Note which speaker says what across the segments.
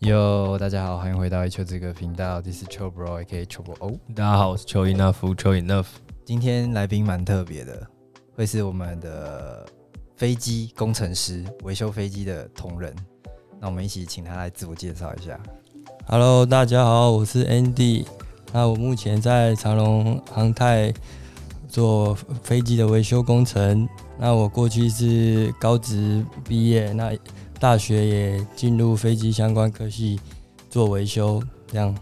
Speaker 1: 哟，大家好，欢迎回到一丘这个频道，This is Chill Bro A.K. Chill O。
Speaker 2: 大家好，我是邱一那夫邱 enough。
Speaker 1: 今天来宾蛮特别的，会是我们的飞机工程师，维修飞机的同仁。那我们一起请他来自我介绍一下。
Speaker 3: Hello，大家好，我是 Andy。那我目前在长龙航太做飞机的维修工程。那我过去是高职毕业，那大学也进入飞机相关科系做维修，这样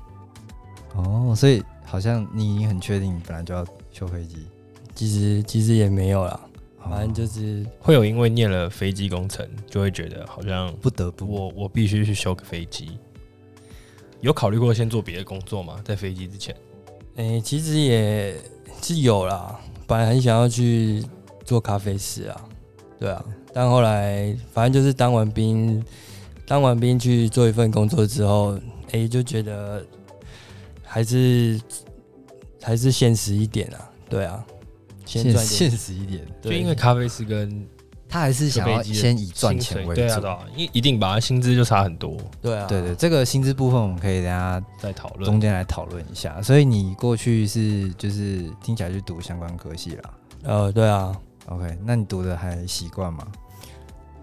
Speaker 1: 哦，所以好像你已经很确定，你本来就要修飞机。
Speaker 3: 其实其实也没有啦，
Speaker 1: 哦
Speaker 3: 反正就是
Speaker 2: 会有因为念了飞机工程，就会觉得好像
Speaker 1: 不得不，
Speaker 2: 我我必须去修个飞机。有考虑过先做别的工作吗？在飞机之前，
Speaker 3: 诶、其实也是有啦，本来很想要去做咖啡师啊，对啊，但后来反正就是当完兵，当完兵去做一份工作之后，诶、就觉得还是还是现实一点啊，对啊，先
Speaker 1: 现
Speaker 3: 赚
Speaker 1: 现
Speaker 3: 点，
Speaker 1: 实一点，
Speaker 2: 就
Speaker 3: 对
Speaker 2: 因为咖啡师跟
Speaker 1: 他还是想要
Speaker 2: 修飞机的
Speaker 1: 先以赚钱
Speaker 2: 薪
Speaker 1: 为
Speaker 2: 水
Speaker 1: 主。
Speaker 2: 对啊，对啊，一一定吧，薪资就差很多，
Speaker 3: 对啊，
Speaker 1: 对对，这个薪资部分我们可以等一下
Speaker 2: 在讨
Speaker 1: 中
Speaker 2: 论。
Speaker 1: 间来讨论一下。所以你过去是就是听起来就读相关科系啦。
Speaker 3: 呃，对啊，
Speaker 1: OK，那你读的还习惯吗？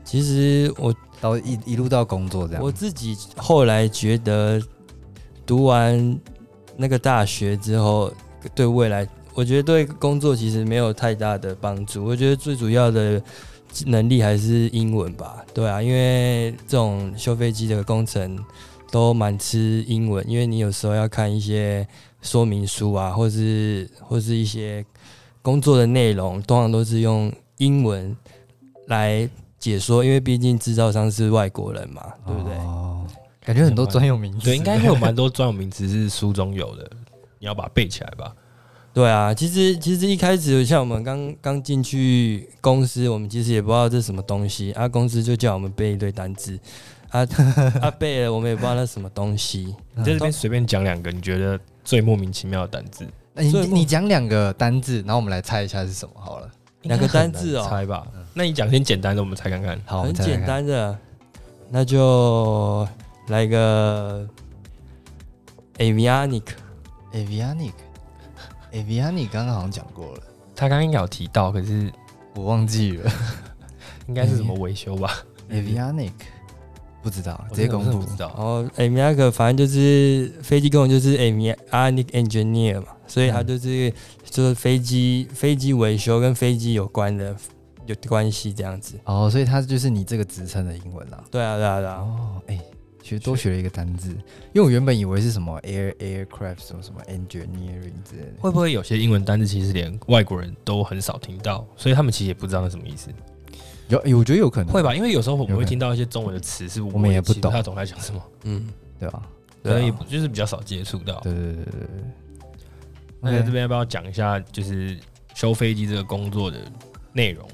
Speaker 3: 其实我
Speaker 1: 到一一路到工作这样，
Speaker 3: 我自己后来觉得，读完那个大学之后，对未来，我觉得对工作其实没有太大的帮助。我觉得最主要的能力还是英文吧。对啊，因为这种修飞机的工程都蛮吃英文，因为你有时候要看一些说明书啊，或是或是一些工作的内容，通常都是用英文来。解说，因为毕竟制造商是外国人嘛，对不对？
Speaker 1: 哦，感觉很多专有名词，
Speaker 2: 对，应该会有蛮多专有名词是书中有的，你要把它背起来吧。
Speaker 3: 对啊，其实其实一开始像我们刚刚进去公司，我们其实也不知道这是什么东西啊，公司就叫我们背一堆单字啊 啊背了，我们也不知道那是什么东西。
Speaker 2: 你在这边随便讲两个你觉得最莫名其妙的单字，
Speaker 1: 哎你
Speaker 3: 所以
Speaker 1: 你讲两个单字，然后我们来猜一下是什么好了。
Speaker 3: 两个单字哦
Speaker 2: 应该很难猜吧？那你讲些简单的，我们猜看看。
Speaker 1: 好，我
Speaker 3: 很
Speaker 1: 们再来
Speaker 3: 简
Speaker 1: 看。
Speaker 3: 单的，那就来一个 avionic
Speaker 1: Avionic，Avionic 刚刚好像讲过了，
Speaker 2: 他刚刚应该有提到，可是
Speaker 1: 我忘记 了。
Speaker 2: 应该是什么维修吧？
Speaker 1: Avionic 不知道，直接公
Speaker 2: 我真的
Speaker 1: 布
Speaker 2: 不。知道。
Speaker 3: 哦，avionic 反正就是飞机工程就是哎 avionic 啊 engineer 嘛，所以它就是、就是飞机飞机维修跟飞机有关的有关系这样子。
Speaker 1: 哦，所以它就是你这个职称的英文啦。
Speaker 3: 对啊，对啊，对啊。
Speaker 1: 哦，哎，学多学了一个单字，因为我原本以为是什么 air aircraft 什么什么 engineering 之类的。
Speaker 2: 会不会有些英文单字其实连外国人都很少听到，所以他们其实也不知道那什么意思？
Speaker 1: 有，哎我觉得有可能
Speaker 2: 会吧？因为有时候我
Speaker 1: 有
Speaker 2: 们
Speaker 1: 可
Speaker 2: 会
Speaker 1: 能
Speaker 2: 听到一些中文的词，是
Speaker 1: 我们也不
Speaker 2: 其实
Speaker 1: 懂
Speaker 2: 他懂他讲什么，
Speaker 3: 嗯，
Speaker 1: 对吧？
Speaker 2: 可能
Speaker 3: 对
Speaker 2: 也
Speaker 3: 啊
Speaker 2: 不就是比较少接触到。
Speaker 1: 对对对对对对。
Speaker 2: 那你在
Speaker 1: OK
Speaker 2: 这边要不要讲一下，就是修飞机这个工作的内容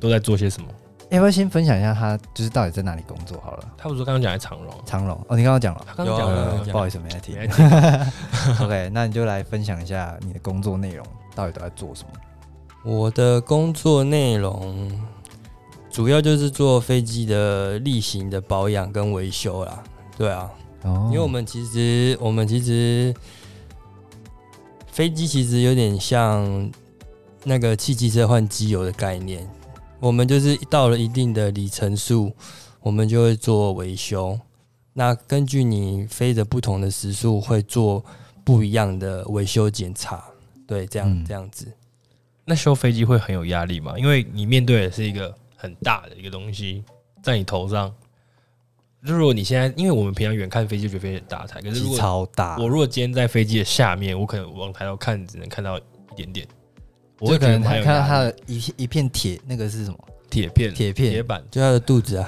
Speaker 2: 都在做些什么？
Speaker 1: 要不要先分享一下他就是到底在哪里工作好了？
Speaker 2: 他不是说刚刚讲在长荣，
Speaker 1: 长隆哦，你刚刚讲了，
Speaker 2: 他刚
Speaker 3: 有
Speaker 2: 刚讲
Speaker 3: 啊有啊
Speaker 2: 了
Speaker 3: 有啊，
Speaker 1: 不好意思没在听
Speaker 2: 没。在听
Speaker 1: OK，那你就来分享一下你的工作内容到底都在做什么？
Speaker 3: 我的工作内容主要就是做飞机的例行的保养跟维修啦。对啊，
Speaker 1: 哦
Speaker 3: 因为我们其实我们其实飞机其实有点像那个汽机车换机油的概念，我们就是到了一定的里程数，我们就会做维修。那根据你飞的不同的时速，会做不一样的维修检查。对，这样、
Speaker 1: 嗯
Speaker 3: 这样子。
Speaker 2: 那修飞机会很有压力吗？因为你面对的是一个很大的一个东西在你头上。就如果你现在，因为我们平常远看飞机就觉得飞机很大台，可是如
Speaker 1: 机
Speaker 2: 果
Speaker 1: 超大，
Speaker 2: 我如果今天在飞机的下面，我可能往抬头看，只能看到一点点。我
Speaker 1: 就
Speaker 2: 会
Speaker 1: 可
Speaker 2: 觉得
Speaker 1: 能还
Speaker 2: 蛮有
Speaker 1: 看到
Speaker 2: 压
Speaker 1: 他
Speaker 2: 力哦
Speaker 1: 的一一片铁，那个是什么？
Speaker 2: 铁片、
Speaker 1: 铁片
Speaker 2: 铁板，
Speaker 3: 就他的肚子啊，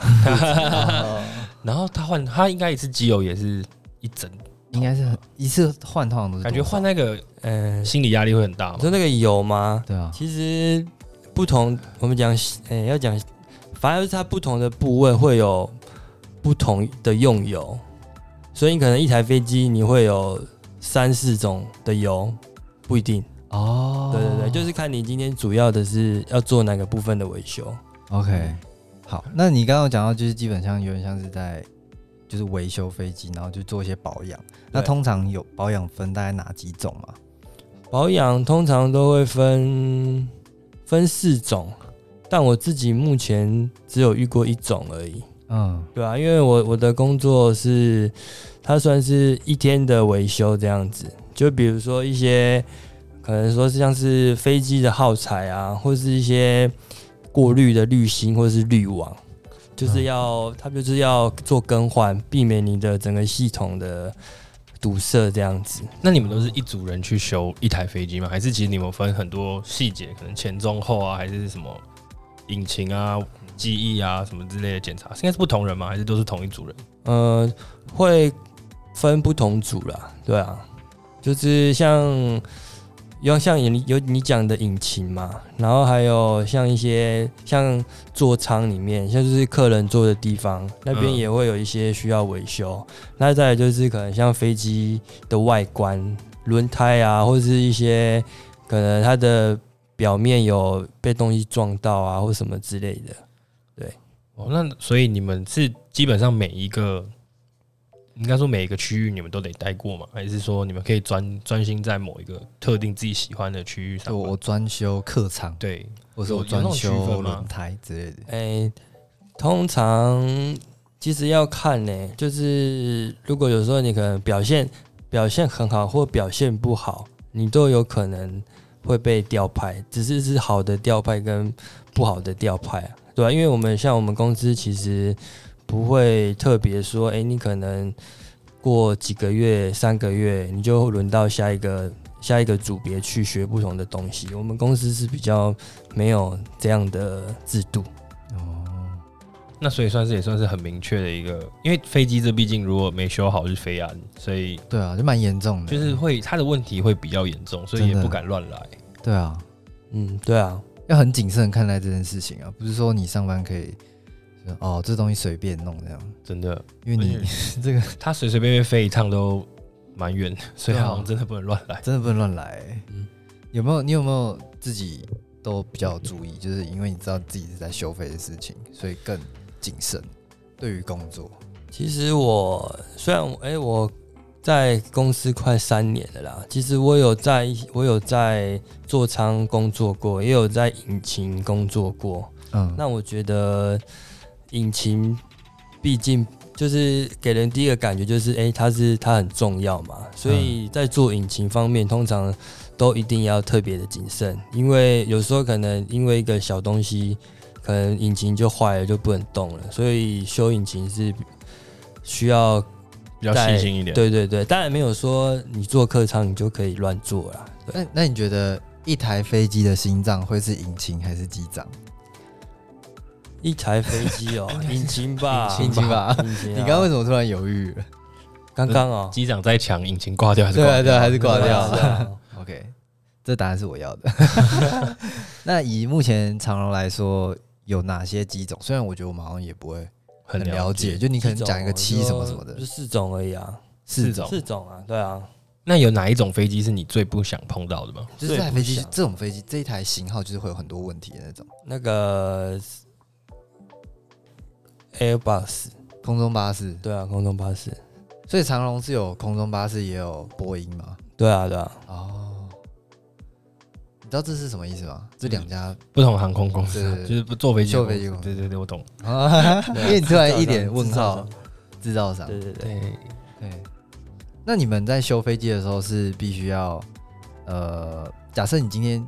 Speaker 2: 然后他换他应该一次机油也是一整，
Speaker 1: 应该是一次换，通常都是
Speaker 2: 感觉
Speaker 1: 多少
Speaker 2: 换那个
Speaker 3: 嗯、
Speaker 2: 心理压力会很大
Speaker 3: 你
Speaker 2: 嘛。
Speaker 3: 说那个油吗？
Speaker 1: 对啊，
Speaker 3: 其实不同，我们讲，诶、要讲，反而是它不同的部位会有不同的用油，所以你可能一台飞机你会有三四种的油，不一定。
Speaker 1: 哦，
Speaker 3: 对对对，就是看你今天主要的是要做哪个部分的维修。
Speaker 2: 嗯
Speaker 1: OK。好，那你刚刚讲到就是基本上有点像是在就是维修飞机，然后就做一些保养。那
Speaker 3: 对
Speaker 1: 通常有保养分大概哪几种啊嘛？
Speaker 3: 保养通常都会分分四种，但我自己目前只有遇过一种而已。
Speaker 1: 嗯，
Speaker 3: 对啊，因为我我的工作是，它算是一天的维修这样子。就比如说一些，可能说是像是飞机的耗材啊，或是一些过滤的滤芯或是滤网，就是要、它就是要做更换，避免你的整个系统的堵塞这样子。
Speaker 2: 那你们都是一组人去修一台飞机吗？还是其实你们分很多细节，可能前中后啊，还是什么引擎啊、机翼啊什么之类的检查？应该是不同人吗？还是都是同一组人？
Speaker 3: 呃，会分不同组啦，对啊，就是像有像你有你讲的引擎嘛，然后还有像一些像座舱里面，像就是客人坐的地方，那边
Speaker 2: 嗯
Speaker 3: 也会有一些需要维修。那再来就是可能像飞机的外观、轮胎啊，或是一些可能它的表面有被东西撞到啊，或什么之类的。
Speaker 2: 哦，那所以你们是基本上每一个，应该说每一个区域你们都得待过吗？还是说你们可以专专心在某一个特定自己喜欢的区域上
Speaker 1: 就
Speaker 2: 班？
Speaker 1: 我专修客舱，
Speaker 2: 对，
Speaker 1: 或是
Speaker 2: 有
Speaker 1: 我
Speaker 2: 有那种
Speaker 1: 专
Speaker 2: 区分
Speaker 1: 修
Speaker 2: 吗
Speaker 1: 轮胎之类的。
Speaker 3: 哎、通常其实要看呢、就是如果有时候你可能表现表现很好或表现不好，你都有可能会被调派，只是是好的调派跟不好的调派啊，对吧、因为我们像我们公司其实不会特别说，哎、你可能过几个月、三个月你就轮到下一个。下一个组别去学不同的东西，我们公司是比较没有这样的制度。
Speaker 1: 哦，
Speaker 2: 那所以算是也算是很明确的一个，因为飞机这毕竟如果没修好是飞安，所以
Speaker 1: 对啊，就蛮严重的，
Speaker 2: 就是会它的问题会比较严重，所以也
Speaker 1: 真的
Speaker 2: 不敢乱来。
Speaker 1: 对啊，
Speaker 3: 嗯，对啊，
Speaker 1: 要很谨慎看待这件事情啊，不是说你上班可以就哦这东西随便弄这样，
Speaker 2: 真的，
Speaker 1: 因为你
Speaker 2: 而
Speaker 1: 这个
Speaker 2: 它随随便便飞一趟都蛮远的，所以
Speaker 1: 对啊
Speaker 2: 好像真的不能乱来。
Speaker 1: 真的不能乱来、欸
Speaker 3: 嗯
Speaker 1: 有没有？你有没有自己都比较注意？就是因为你知道自己是在修费的事情，所以更谨慎对于工作。
Speaker 3: 其实我虽然哎、诶我在公司快三年了啦，其实我有在我有在座舱工作过，也有在引擎工作过。
Speaker 1: 嗯
Speaker 3: 那我觉得引擎毕竟就是给人第一个感觉就是哎、诶它是它很重要嘛，所
Speaker 1: 嗯
Speaker 3: 以在做引擎方面，通常都一定要特别的谨慎，因为有时候可能因为一个小东西，可能引擎就坏了就不能动了，所以修引擎是需要
Speaker 2: 比较
Speaker 3: 在
Speaker 2: 细心一点。
Speaker 3: 对对对，当然没有说你做客舱你就可以乱做啦。对，
Speaker 1: 那那你觉得一台飞机的心脏会是引擎还是机长？
Speaker 3: 一台飞 机哦、引擎吧，
Speaker 1: 引擎吧
Speaker 3: 引擎
Speaker 1: 你
Speaker 3: 啊
Speaker 1: 刚刚为什么突然犹豫 了？
Speaker 3: 刚刚哦，
Speaker 2: 机长在抢，引擎挂掉还是挂
Speaker 1: 对啊
Speaker 2: 掉？
Speaker 1: 对啊还是挂掉
Speaker 3: 对啊。对啊
Speaker 1: OK，这答案是我要的。 那以目前长荣来说，有哪些机种？虽然我觉得我们好像也不会
Speaker 2: 很
Speaker 1: 了
Speaker 2: 了解。
Speaker 1: 就你可能讲一个
Speaker 3: 七
Speaker 1: 七
Speaker 3: 种
Speaker 1: 什么什么
Speaker 3: 就
Speaker 1: 的，
Speaker 3: 四种而已啊，
Speaker 1: 四
Speaker 2: 种
Speaker 3: 四种啊，对啊，
Speaker 2: 那有哪一种飞机是你最不想碰到的吗？
Speaker 1: 就是这台
Speaker 3: 最不
Speaker 1: 飞机
Speaker 3: 想
Speaker 1: 这种飞机这一台型号就是会有很多问题的那种。
Speaker 3: 那个 Airbus，
Speaker 1: 空中巴士，
Speaker 3: 对啊，空中巴士，
Speaker 1: 所以长龙是有空中巴士，也有波音嘛。
Speaker 3: 对啊， 对啊，
Speaker 1: 哦，你知道这是什么意思吗？这两家
Speaker 2: 不同航空公司
Speaker 1: 对
Speaker 2: 啊
Speaker 1: 对对
Speaker 2: 就是不坐飞机的
Speaker 1: 坐
Speaker 2: 公司，
Speaker 1: 飞机公司
Speaker 2: 对对对，我懂。
Speaker 1: 啊，因为你突然一
Speaker 3: 制
Speaker 1: 脸
Speaker 3: 造商
Speaker 1: 问号
Speaker 3: 制，造
Speaker 1: 制造商
Speaker 3: 商，啊对对对，
Speaker 2: 对，
Speaker 1: 对。那你们在修飞机的时候是必须要，呃，假设你今天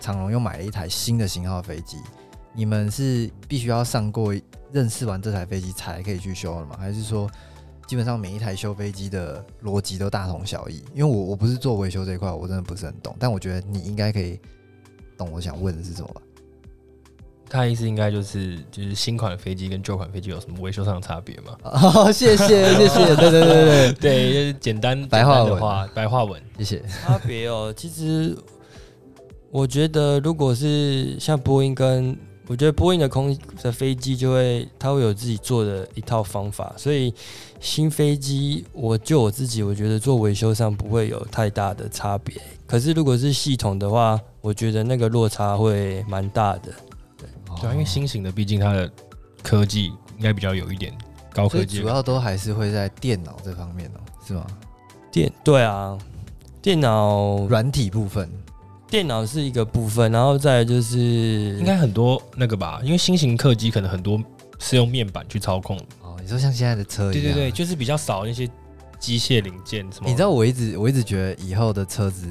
Speaker 1: 长龙又买了一台新的型号飞机，你们是必须要上过认识完这台飞机才可以去修的吗？还是说基本上每一台修飞机的逻辑都大同小异？因为我我不是做维修这一块，我真的不是很懂，但我觉得你应该可以懂我想问的是什么吧？
Speaker 2: 他意思应该就是就是新款飞机跟旧款飞机有什么维修上的差别吗？
Speaker 1: 哦，谢谢谢谢，对对对对
Speaker 2: 对，就是简单
Speaker 1: 白话文
Speaker 2: 简单的话，白话文。
Speaker 1: 对，谢谢。
Speaker 3: 差别哦，其实我觉得，如果是像波音跟，我觉得波音的空的飞机就会，它会有自己做的一套方法，所以新飞机，我就我自己，我觉得做维修上不会有太大的差别。可是如果是系统的话，我觉得那个落差会蛮大的。
Speaker 2: 对啊，因为新型的毕竟它的科技应该比较有一点高
Speaker 1: 所
Speaker 2: 科
Speaker 1: 以
Speaker 2: 技
Speaker 1: 主要都还是会在电脑这方面哦、是吗？
Speaker 3: 电对啊，电脑
Speaker 1: 软体部分，
Speaker 3: 电脑是一个部分，然后再来就是
Speaker 2: 应该很多那个吧，因为新型客机可能很多是用面板去操控的，
Speaker 1: 哦，你说像现在的车一
Speaker 2: 对
Speaker 1: 样，
Speaker 2: 对对，就是比较少那些机械零件什么。
Speaker 1: 你知道我一直我一直觉得以后的车子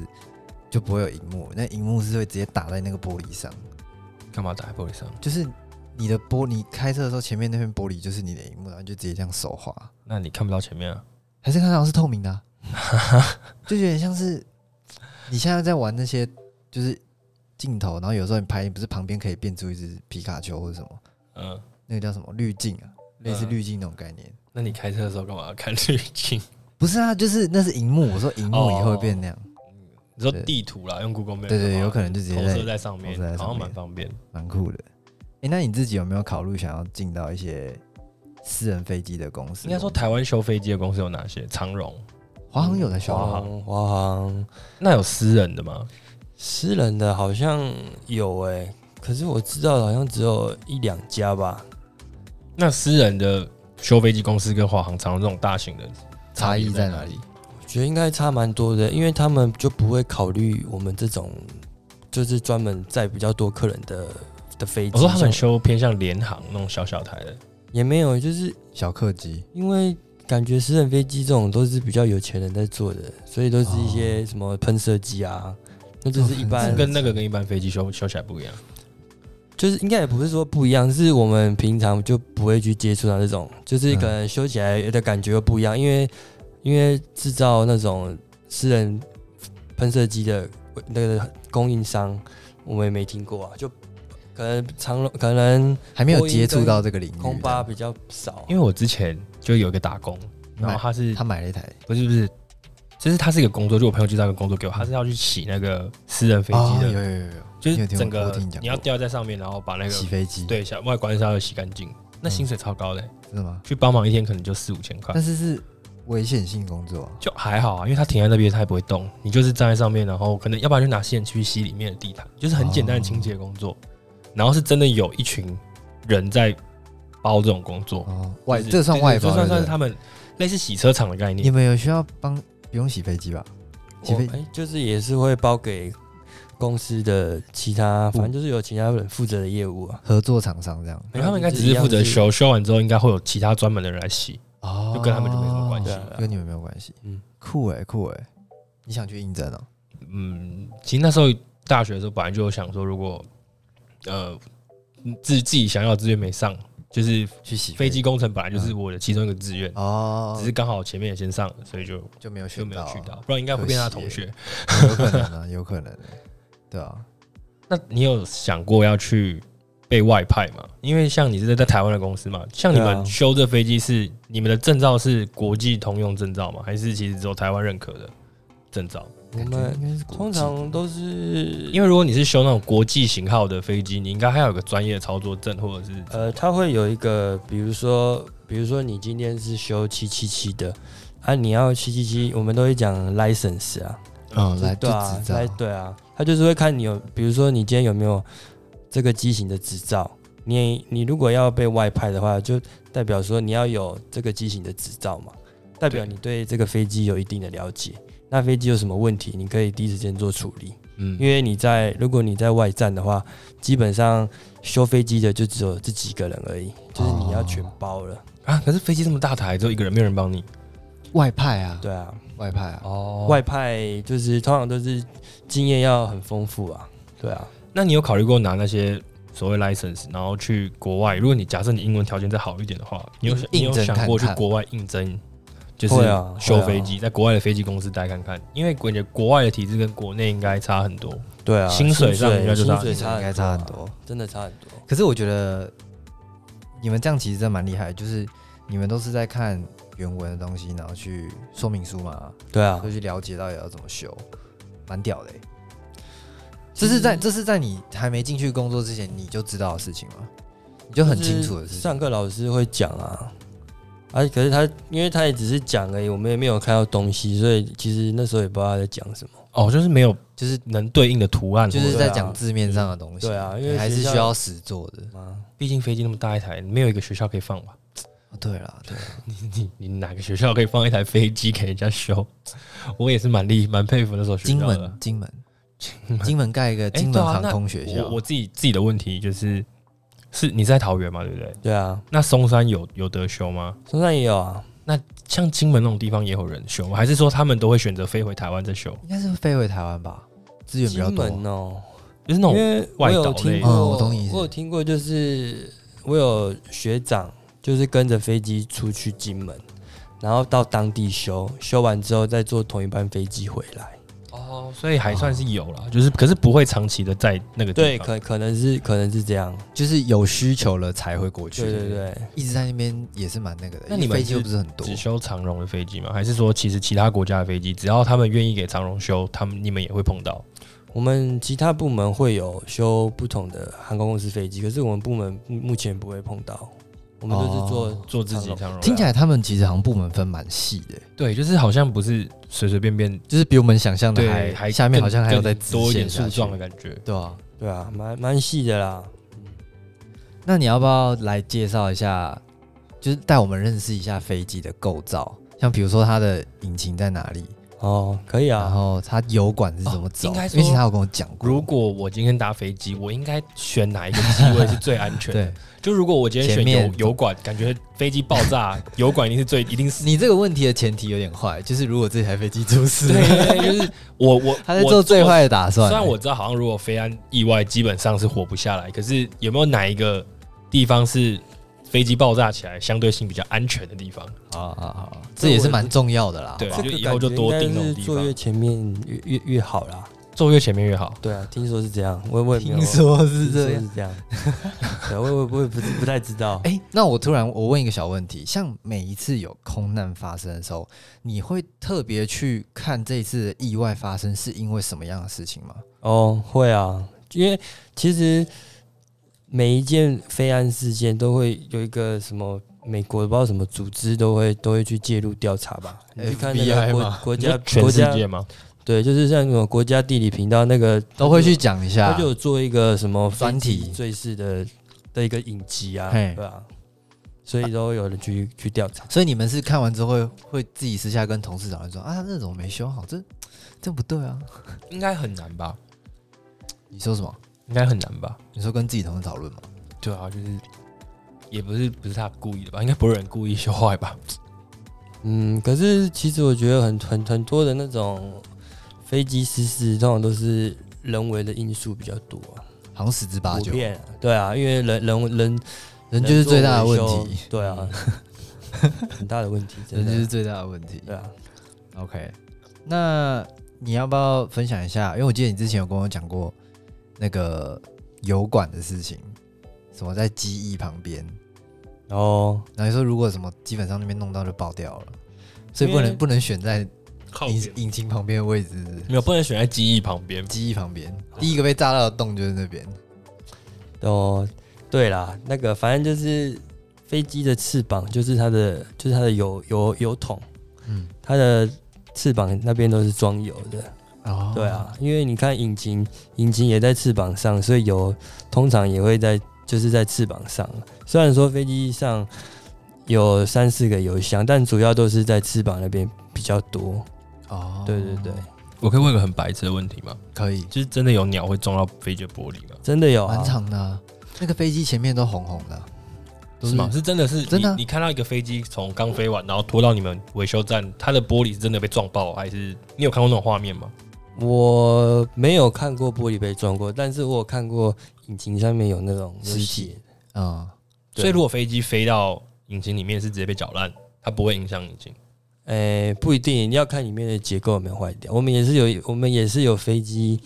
Speaker 1: 就不会有荧幕，那荧幕是会直接打在那个玻璃上，
Speaker 2: 干嘛打在玻璃上？
Speaker 1: 就是你的玻璃开车的时候前面那片玻璃就是你的荧幕，然后就直接这样手滑，
Speaker 2: 那你看不到前面啊？
Speaker 1: 还是看到是透明的 啊、就有点像是你现在在玩那些就是镜头，然后有时候你拍，你不是旁边可以变出一只皮卡丘或者什么，
Speaker 2: 嗯，
Speaker 1: 那个叫什么滤镜啊，类似滤镜那种概念。
Speaker 2: 那你开车的时候干嘛要看滤镜？
Speaker 1: 不是啊，就是那是荧幕。我说荧幕
Speaker 2: 哦
Speaker 1: 以后会变那样，
Speaker 2: 你说
Speaker 1: 对
Speaker 2: 地图啦，用 Google Map
Speaker 1: 对对，
Speaker 2: 的话
Speaker 1: 有可能就直接
Speaker 2: 投射
Speaker 1: 在
Speaker 2: 在上面
Speaker 1: 投射在，上
Speaker 2: 好像
Speaker 1: 面
Speaker 2: 蛮方便。
Speaker 1: 蛮酷的。哎、那你自己有没有考虑想要进到一些私人飞机的公司？哦
Speaker 2: 应该说，台湾修飞机的公司有哪些？长荣，
Speaker 1: 华航有在修
Speaker 3: 华
Speaker 1: 吗？
Speaker 2: 哦
Speaker 3: 航华航
Speaker 2: 那有私人的吗？
Speaker 3: 私人的好像有哎、可是我知道的好像只有一两家吧，
Speaker 2: 那私人的修飞机公司跟华航、长荣这种大型的
Speaker 1: 差异在哪
Speaker 2: 哪
Speaker 1: 里？？
Speaker 3: 我觉得应该差蛮多的，因为他们就不会考虑我们这种就是专门载比较多客人的的飞机。
Speaker 2: 我说他们
Speaker 3: 像
Speaker 2: 修偏向联航那种小小台的，
Speaker 3: 也没有，就是
Speaker 1: 小客机
Speaker 3: 因为感觉私人飞机这种都是比较有钱人在做的，所以都是一些什么喷射机啊，那就是一
Speaker 1: 哦
Speaker 3: 般
Speaker 2: 哦跟那个跟一般飞机修修起来不一样。
Speaker 3: 就是应该也不是说不一样，是我们平常就不会去接触到这种，就是可能修起来的感觉又不一样，因为因为制造那种私人喷射机的那个供应商，我们也没听过啊，就可能长隆可能
Speaker 1: 还没有接触到这个领域。
Speaker 3: 空巴比较少，
Speaker 2: 因为我之前就有一个打工，然后他是
Speaker 1: 嗯他买了一台
Speaker 2: 不是不是，就是他是一个工作，就我朋友介绍一个工作给我，他是要去洗那个私人飞
Speaker 1: 哦
Speaker 2: 机
Speaker 1: 有
Speaker 2: 的，
Speaker 1: 有有有
Speaker 2: 就
Speaker 1: 你
Speaker 2: 是
Speaker 1: 有听
Speaker 2: 整
Speaker 1: 过我
Speaker 2: 个
Speaker 1: 听你讲过
Speaker 2: 你要吊在上面，然后把那
Speaker 1: 有
Speaker 2: 个
Speaker 1: 洗飞机，，嗯
Speaker 2: 对小外观是要洗干净，那薪水超高的欸，
Speaker 1: 真的吗？
Speaker 2: 去帮忙一天可能就四五千块
Speaker 1: 但，是是危险性工作啊、
Speaker 2: 就还好啊，因为他停在那边他也不会动，你就是站在上面，然后可能要不然就拿线去吸里面的地毯，就是很简单的清洁工作，
Speaker 1: 哦
Speaker 2: 然后是真的有一群人在包这种工作，
Speaker 1: 哦，外
Speaker 2: 就是
Speaker 1: 这算外包，
Speaker 2: 就
Speaker 1: 对
Speaker 2: 算算
Speaker 1: 不
Speaker 2: 是
Speaker 1: 对
Speaker 2: 他们类似洗车场的概
Speaker 1: 你
Speaker 2: 念。
Speaker 1: 们有需要帮不用洗飞机吧？
Speaker 3: 我
Speaker 1: 起飞
Speaker 3: 哎就是也是会包给公司的其他，反正就是有其他人负责的业务啊。
Speaker 1: 合作厂商这样
Speaker 2: 他们应该只是负责修，修完之后应该会有其他专门的人来洗。
Speaker 1: 哦
Speaker 2: 就跟他们就没什么关系
Speaker 3: 对啊对啊
Speaker 1: 跟你们没有关系。嗯
Speaker 3: 嗯，
Speaker 1: 酷哎、酷哎、你想去应征哦？
Speaker 2: 嗯，其实那时候大学的时候，本来就有想说，如果呃自自己想要的志愿没上，就是
Speaker 1: 去洗
Speaker 2: 飞机工程本来就是我的其中一个志愿，
Speaker 1: 哦
Speaker 2: 只，是刚好前面也先上，所以就
Speaker 1: 就没有
Speaker 2: 就
Speaker 1: 选
Speaker 2: 没有
Speaker 1: 到啊，
Speaker 2: 去到，不然应该会变他同学。
Speaker 1: 有可能啊， 有可能、欸，对啊，
Speaker 2: 那你有想过要去被外派吗？因为像你是在台湾的公司嘛，像你
Speaker 3: 对啊
Speaker 2: 们修这飞机是你们的证照是国际通用证照吗？还是其实只有台湾认可的证照？
Speaker 3: 我
Speaker 1: 感觉
Speaker 3: 们
Speaker 1: 应该是国际
Speaker 3: 通常都是
Speaker 2: 因为如果你是修那种国际型号的飞机，你应该还有个专业的操作证，或者是
Speaker 3: 呃，它会有一个，比如说，比如说你今天是修七七七的，啊，你要七七七，我们都会讲 license 啊，
Speaker 1: 嗯，来
Speaker 3: 对
Speaker 1: 就
Speaker 3: 啊
Speaker 1: 执，照
Speaker 3: 来，对啊，他就是会看你有，比如说你今天有没有这个机型的执照，你你如果要被外派的话，就代表说你要有这个机型的执照嘛，代表
Speaker 2: 对
Speaker 3: 你对这个飞机有一定的了解，那飞机有什么问题，你可以第一时间做处理。
Speaker 2: 嗯
Speaker 3: 因为你在如果你在外站的话，基本上修飞机的就只有这几个人而已，就是你要
Speaker 1: 哦
Speaker 3: 全包了。
Speaker 2: 啊，可是飞机这么大台，只有一个人，没有人帮你
Speaker 1: 外派啊，
Speaker 3: 对啊，
Speaker 1: 外派啊。
Speaker 2: 哦
Speaker 3: 外派就是通常都是经验要很丰富啊。对啊，
Speaker 2: 那你有考虑过拿那些所谓 license，然后去国外？如果你假设你英文条件再好一点的话，你有
Speaker 1: 应
Speaker 2: 你有
Speaker 1: 应征
Speaker 2: 想
Speaker 1: 看
Speaker 2: 过去
Speaker 1: 看
Speaker 2: 国外应征，就是
Speaker 3: 会啊
Speaker 2: 修飞机，在国外的飞机公司待看看，因为感觉国外的体制跟国内应该差很多。
Speaker 3: 对啊，
Speaker 2: 薪水上应该就
Speaker 3: 薪
Speaker 2: 差
Speaker 3: 水差
Speaker 1: 应该差很
Speaker 3: 啊，
Speaker 1: 多，
Speaker 3: 真的差很多。
Speaker 1: 可是我觉得你们这样其实真的蛮厉害的，就是你们都是在看原文的东西，然后去说明书嘛，
Speaker 3: 对啊
Speaker 1: 就，去了解到底要怎么修，蛮屌的欸、这是在这是在你还没进去工作之前你就知道的事情吗？你就很清楚的
Speaker 3: 就
Speaker 1: 事情
Speaker 3: 是上课老师会讲啊。而、可是他，因为他也只是讲而已，我们也没有看到东西，所以其实那时候也不知道他在讲什么。
Speaker 2: 哦，就是没有
Speaker 1: 就是
Speaker 2: 能对应的啊图案，
Speaker 1: 就是
Speaker 2: 或者
Speaker 1: 在讲字面上的东西。
Speaker 3: 对啊，因
Speaker 1: 你
Speaker 3: 为
Speaker 1: 还是
Speaker 3: 学校
Speaker 1: 需要实做的。
Speaker 3: 嘛
Speaker 2: 毕竟飞机那么大一台，没有一个学校可以放吧？
Speaker 1: 对啦，对啦，
Speaker 2: 啊你你哪个学校可以放一台飞机给人家修？我也是蛮厉蛮佩服那所学
Speaker 1: 金
Speaker 2: 校的。
Speaker 1: 门，金门，金门盖一个
Speaker 2: 哎
Speaker 1: 金
Speaker 2: 对
Speaker 1: 门
Speaker 2: 啊
Speaker 1: 航
Speaker 2: 那
Speaker 1: 空学校
Speaker 2: 我，我自己自己的问题就是，是你是在桃园嘛，对不对？
Speaker 3: 对啊，
Speaker 2: 那松山有有得修吗？
Speaker 3: 松山也有啊，
Speaker 2: 像金门那种地方也有人修吗？还是说他们都会选择飞回台湾再修？
Speaker 1: 应该是飞回台湾吧，资源比较
Speaker 3: 金
Speaker 1: 多。
Speaker 2: 啊
Speaker 3: 门哦，
Speaker 2: 就是那
Speaker 3: 因
Speaker 2: 种
Speaker 3: 为我
Speaker 1: 外
Speaker 3: 有听过，
Speaker 1: 岛类的嗯我懂你意思
Speaker 3: 我有听过，就是我有学长就是跟着飞机出去金门，然后到当地修，修完之后再坐同一班飞机回来。
Speaker 2: 哦，所以还算是有啦，就是可是不会长期的在那个地
Speaker 3: 对，
Speaker 2: 方
Speaker 3: 可可能是可能是这样。
Speaker 1: 就是有需求了才会过去。
Speaker 3: 对对，对，
Speaker 1: 一直在那边也是蛮那个的。
Speaker 2: 那你们
Speaker 1: 因为飞机又
Speaker 2: 是
Speaker 1: 不是很多
Speaker 2: 只，修长荣的飞机吗？还是说其实其他国家的飞机，只要他们愿意给长荣修，他们你们也会碰到？
Speaker 3: 我们其他部门会有修不同的航空公司飞机，可是我们部门目目前不会碰到，我们都是做
Speaker 1: 哦
Speaker 2: 做自己长荣啊
Speaker 1: 听起来他们其实航部门分蛮细的，
Speaker 2: 对，就是好像不是随随便便，
Speaker 1: 就是比我们想象的
Speaker 2: 对，
Speaker 1: 还
Speaker 2: 还
Speaker 1: 下面
Speaker 2: 更
Speaker 1: 好像还要再
Speaker 2: 更多一点
Speaker 1: 树
Speaker 2: 树状的感觉。
Speaker 1: 对啊，
Speaker 3: 对啊，蛮蛮细的啦。
Speaker 1: 那你要不要来介绍一下，就是带我们认识一下飞机的构造？像比如说它的引擎在哪里，
Speaker 3: 哦，可以
Speaker 1: 然
Speaker 3: 啊，
Speaker 1: 后它油管是怎么走？
Speaker 2: 哦应该
Speaker 1: 因
Speaker 2: 说
Speaker 1: 为其实他有跟我讲过，
Speaker 2: 如果我今天搭飞机，我应该选哪一个机位是最安全的？
Speaker 1: 对
Speaker 2: 就如果我今天选
Speaker 1: 前面
Speaker 2: 油油管，感觉飞机爆 炸，油管一定是最一定是。
Speaker 1: 你这个问题的前提有点坏，就是如果这台飞机出事，
Speaker 2: 对对，对就是我我
Speaker 1: 他在做最。
Speaker 2: 我
Speaker 1: 坏的打算。
Speaker 2: 虽然我知道好像如果飞安意外基本上是活不下来，可是有没有哪一个地方是飞机爆炸起来相对性比较安全的地方？
Speaker 1: 好好好，啊这也是蛮重要的啦。
Speaker 2: 对
Speaker 1: 好不
Speaker 2: 啊
Speaker 1: 好
Speaker 2: 就
Speaker 3: 这
Speaker 2: 以
Speaker 3: 个
Speaker 2: 后就
Speaker 3: 感觉
Speaker 2: 多
Speaker 3: 应该
Speaker 2: 盯那种
Speaker 3: 是
Speaker 2: 地
Speaker 3: 坐
Speaker 2: 方
Speaker 3: 越前面越越越好啦。
Speaker 2: 坐越前面越好。
Speaker 3: 对啊，听说是这样，我也我也没有
Speaker 1: 听说是
Speaker 3: 听说
Speaker 1: 这样。
Speaker 3: 是这样，对，我也我也我也不是不太知道。
Speaker 1: 哎、那我突然我问一个小问题，像每一次有空难发生的时候，你会特别去看这一次的意外发生是因为什么样的事情吗？
Speaker 3: 哦，会啊，因为其实每一件非安事件都会有一个什么美国不知道什么组织都会都会去介入调查吧。你去看那
Speaker 1: FBI
Speaker 3: 个国
Speaker 1: 嘛
Speaker 3: 国
Speaker 2: 你说
Speaker 3: 家
Speaker 2: 全
Speaker 3: 国
Speaker 2: 世
Speaker 3: 家
Speaker 2: 界吗？
Speaker 3: 对，就是像那种国家地理频道那个
Speaker 1: 都会去讲一
Speaker 3: 他
Speaker 1: 下
Speaker 3: 就。有做一个什么
Speaker 1: 专题
Speaker 3: 飞机坠事的的一个影集啊，
Speaker 1: 嘿
Speaker 3: 对啊，所以都有人去去调查。
Speaker 1: 所以你们是看完之后会会自己私下跟同事讨论说啊，那怎么没修好？这这不对啊！
Speaker 2: 应该很难吧？
Speaker 1: 你说什么？
Speaker 2: 应该很难吧？
Speaker 1: 你说跟自己同事讨论吗？
Speaker 2: 对啊，就是也不是不是他故意的吧？应该不会有人故意修坏吧？
Speaker 3: 嗯，可是其实我觉得很很很多的那种飞机失事，通常都是人为的因素比较多、啊。
Speaker 1: 好像十之八
Speaker 3: 普
Speaker 1: 九，
Speaker 3: 遍，对啊，因为人人人
Speaker 1: 人就是最大的问题，，
Speaker 3: 对啊， 很大的问题，真
Speaker 1: 人就是
Speaker 3: 的，
Speaker 1: 最大的问题。
Speaker 3: 对啊，
Speaker 1: OK，那你要不要分享一下？因为我记得你之前有跟我讲过那个油管的事情，什么在机翼旁边，
Speaker 3: 然后
Speaker 1: 然后你说如果什么基本上那边弄到就爆掉了，所以不
Speaker 3: 因为
Speaker 1: 能不能选在
Speaker 2: 靠
Speaker 1: 引引擎旁边的位置，是不是
Speaker 2: 没有，不能选在机翼旁边。
Speaker 1: 机翼旁边第一个被炸到的洞就是那边。
Speaker 3: 哦，对啦，那个反正就是飞机的翅膀，就是它的，就是它的油油油桶，
Speaker 1: 嗯，
Speaker 3: 它的翅膀那边都是装油的，
Speaker 1: 哦
Speaker 3: 对，啊，因为你看引擎，引擎也在翅膀上，所以油通常也会在就是在翅膀上。虽然说飞机上有三四个油箱，但主要都是在翅膀那边比较多。
Speaker 1: 哦，
Speaker 3: 对对对，
Speaker 2: 我可以问个很白痴的问题吗？
Speaker 1: 可以，
Speaker 2: 就是真的有鸟会撞到飞机的玻璃吗？
Speaker 3: 真的有
Speaker 1: 蛮
Speaker 3: 啊，
Speaker 1: 长的啊，那个飞机前面都红红的，都
Speaker 2: 是吗？是真的是
Speaker 1: 真的啊
Speaker 2: 你？你看到一个飞机从刚飞完，然后拖到你们维修站，它的玻璃是真的被撞爆，还是你有看过那种画面吗？
Speaker 3: 我没有看过玻璃被撞过，但是我有看过引擎上面有那种有
Speaker 1: 尸体
Speaker 3: 血，
Speaker 1: 嗯，
Speaker 3: 对
Speaker 2: 所以如果飞机飞到引擎里面是直接被搅烂，它不会影响 引擎。
Speaker 3: 诶、不一定要看里面的结构有没有坏掉。我们也是有，我们也是有飞机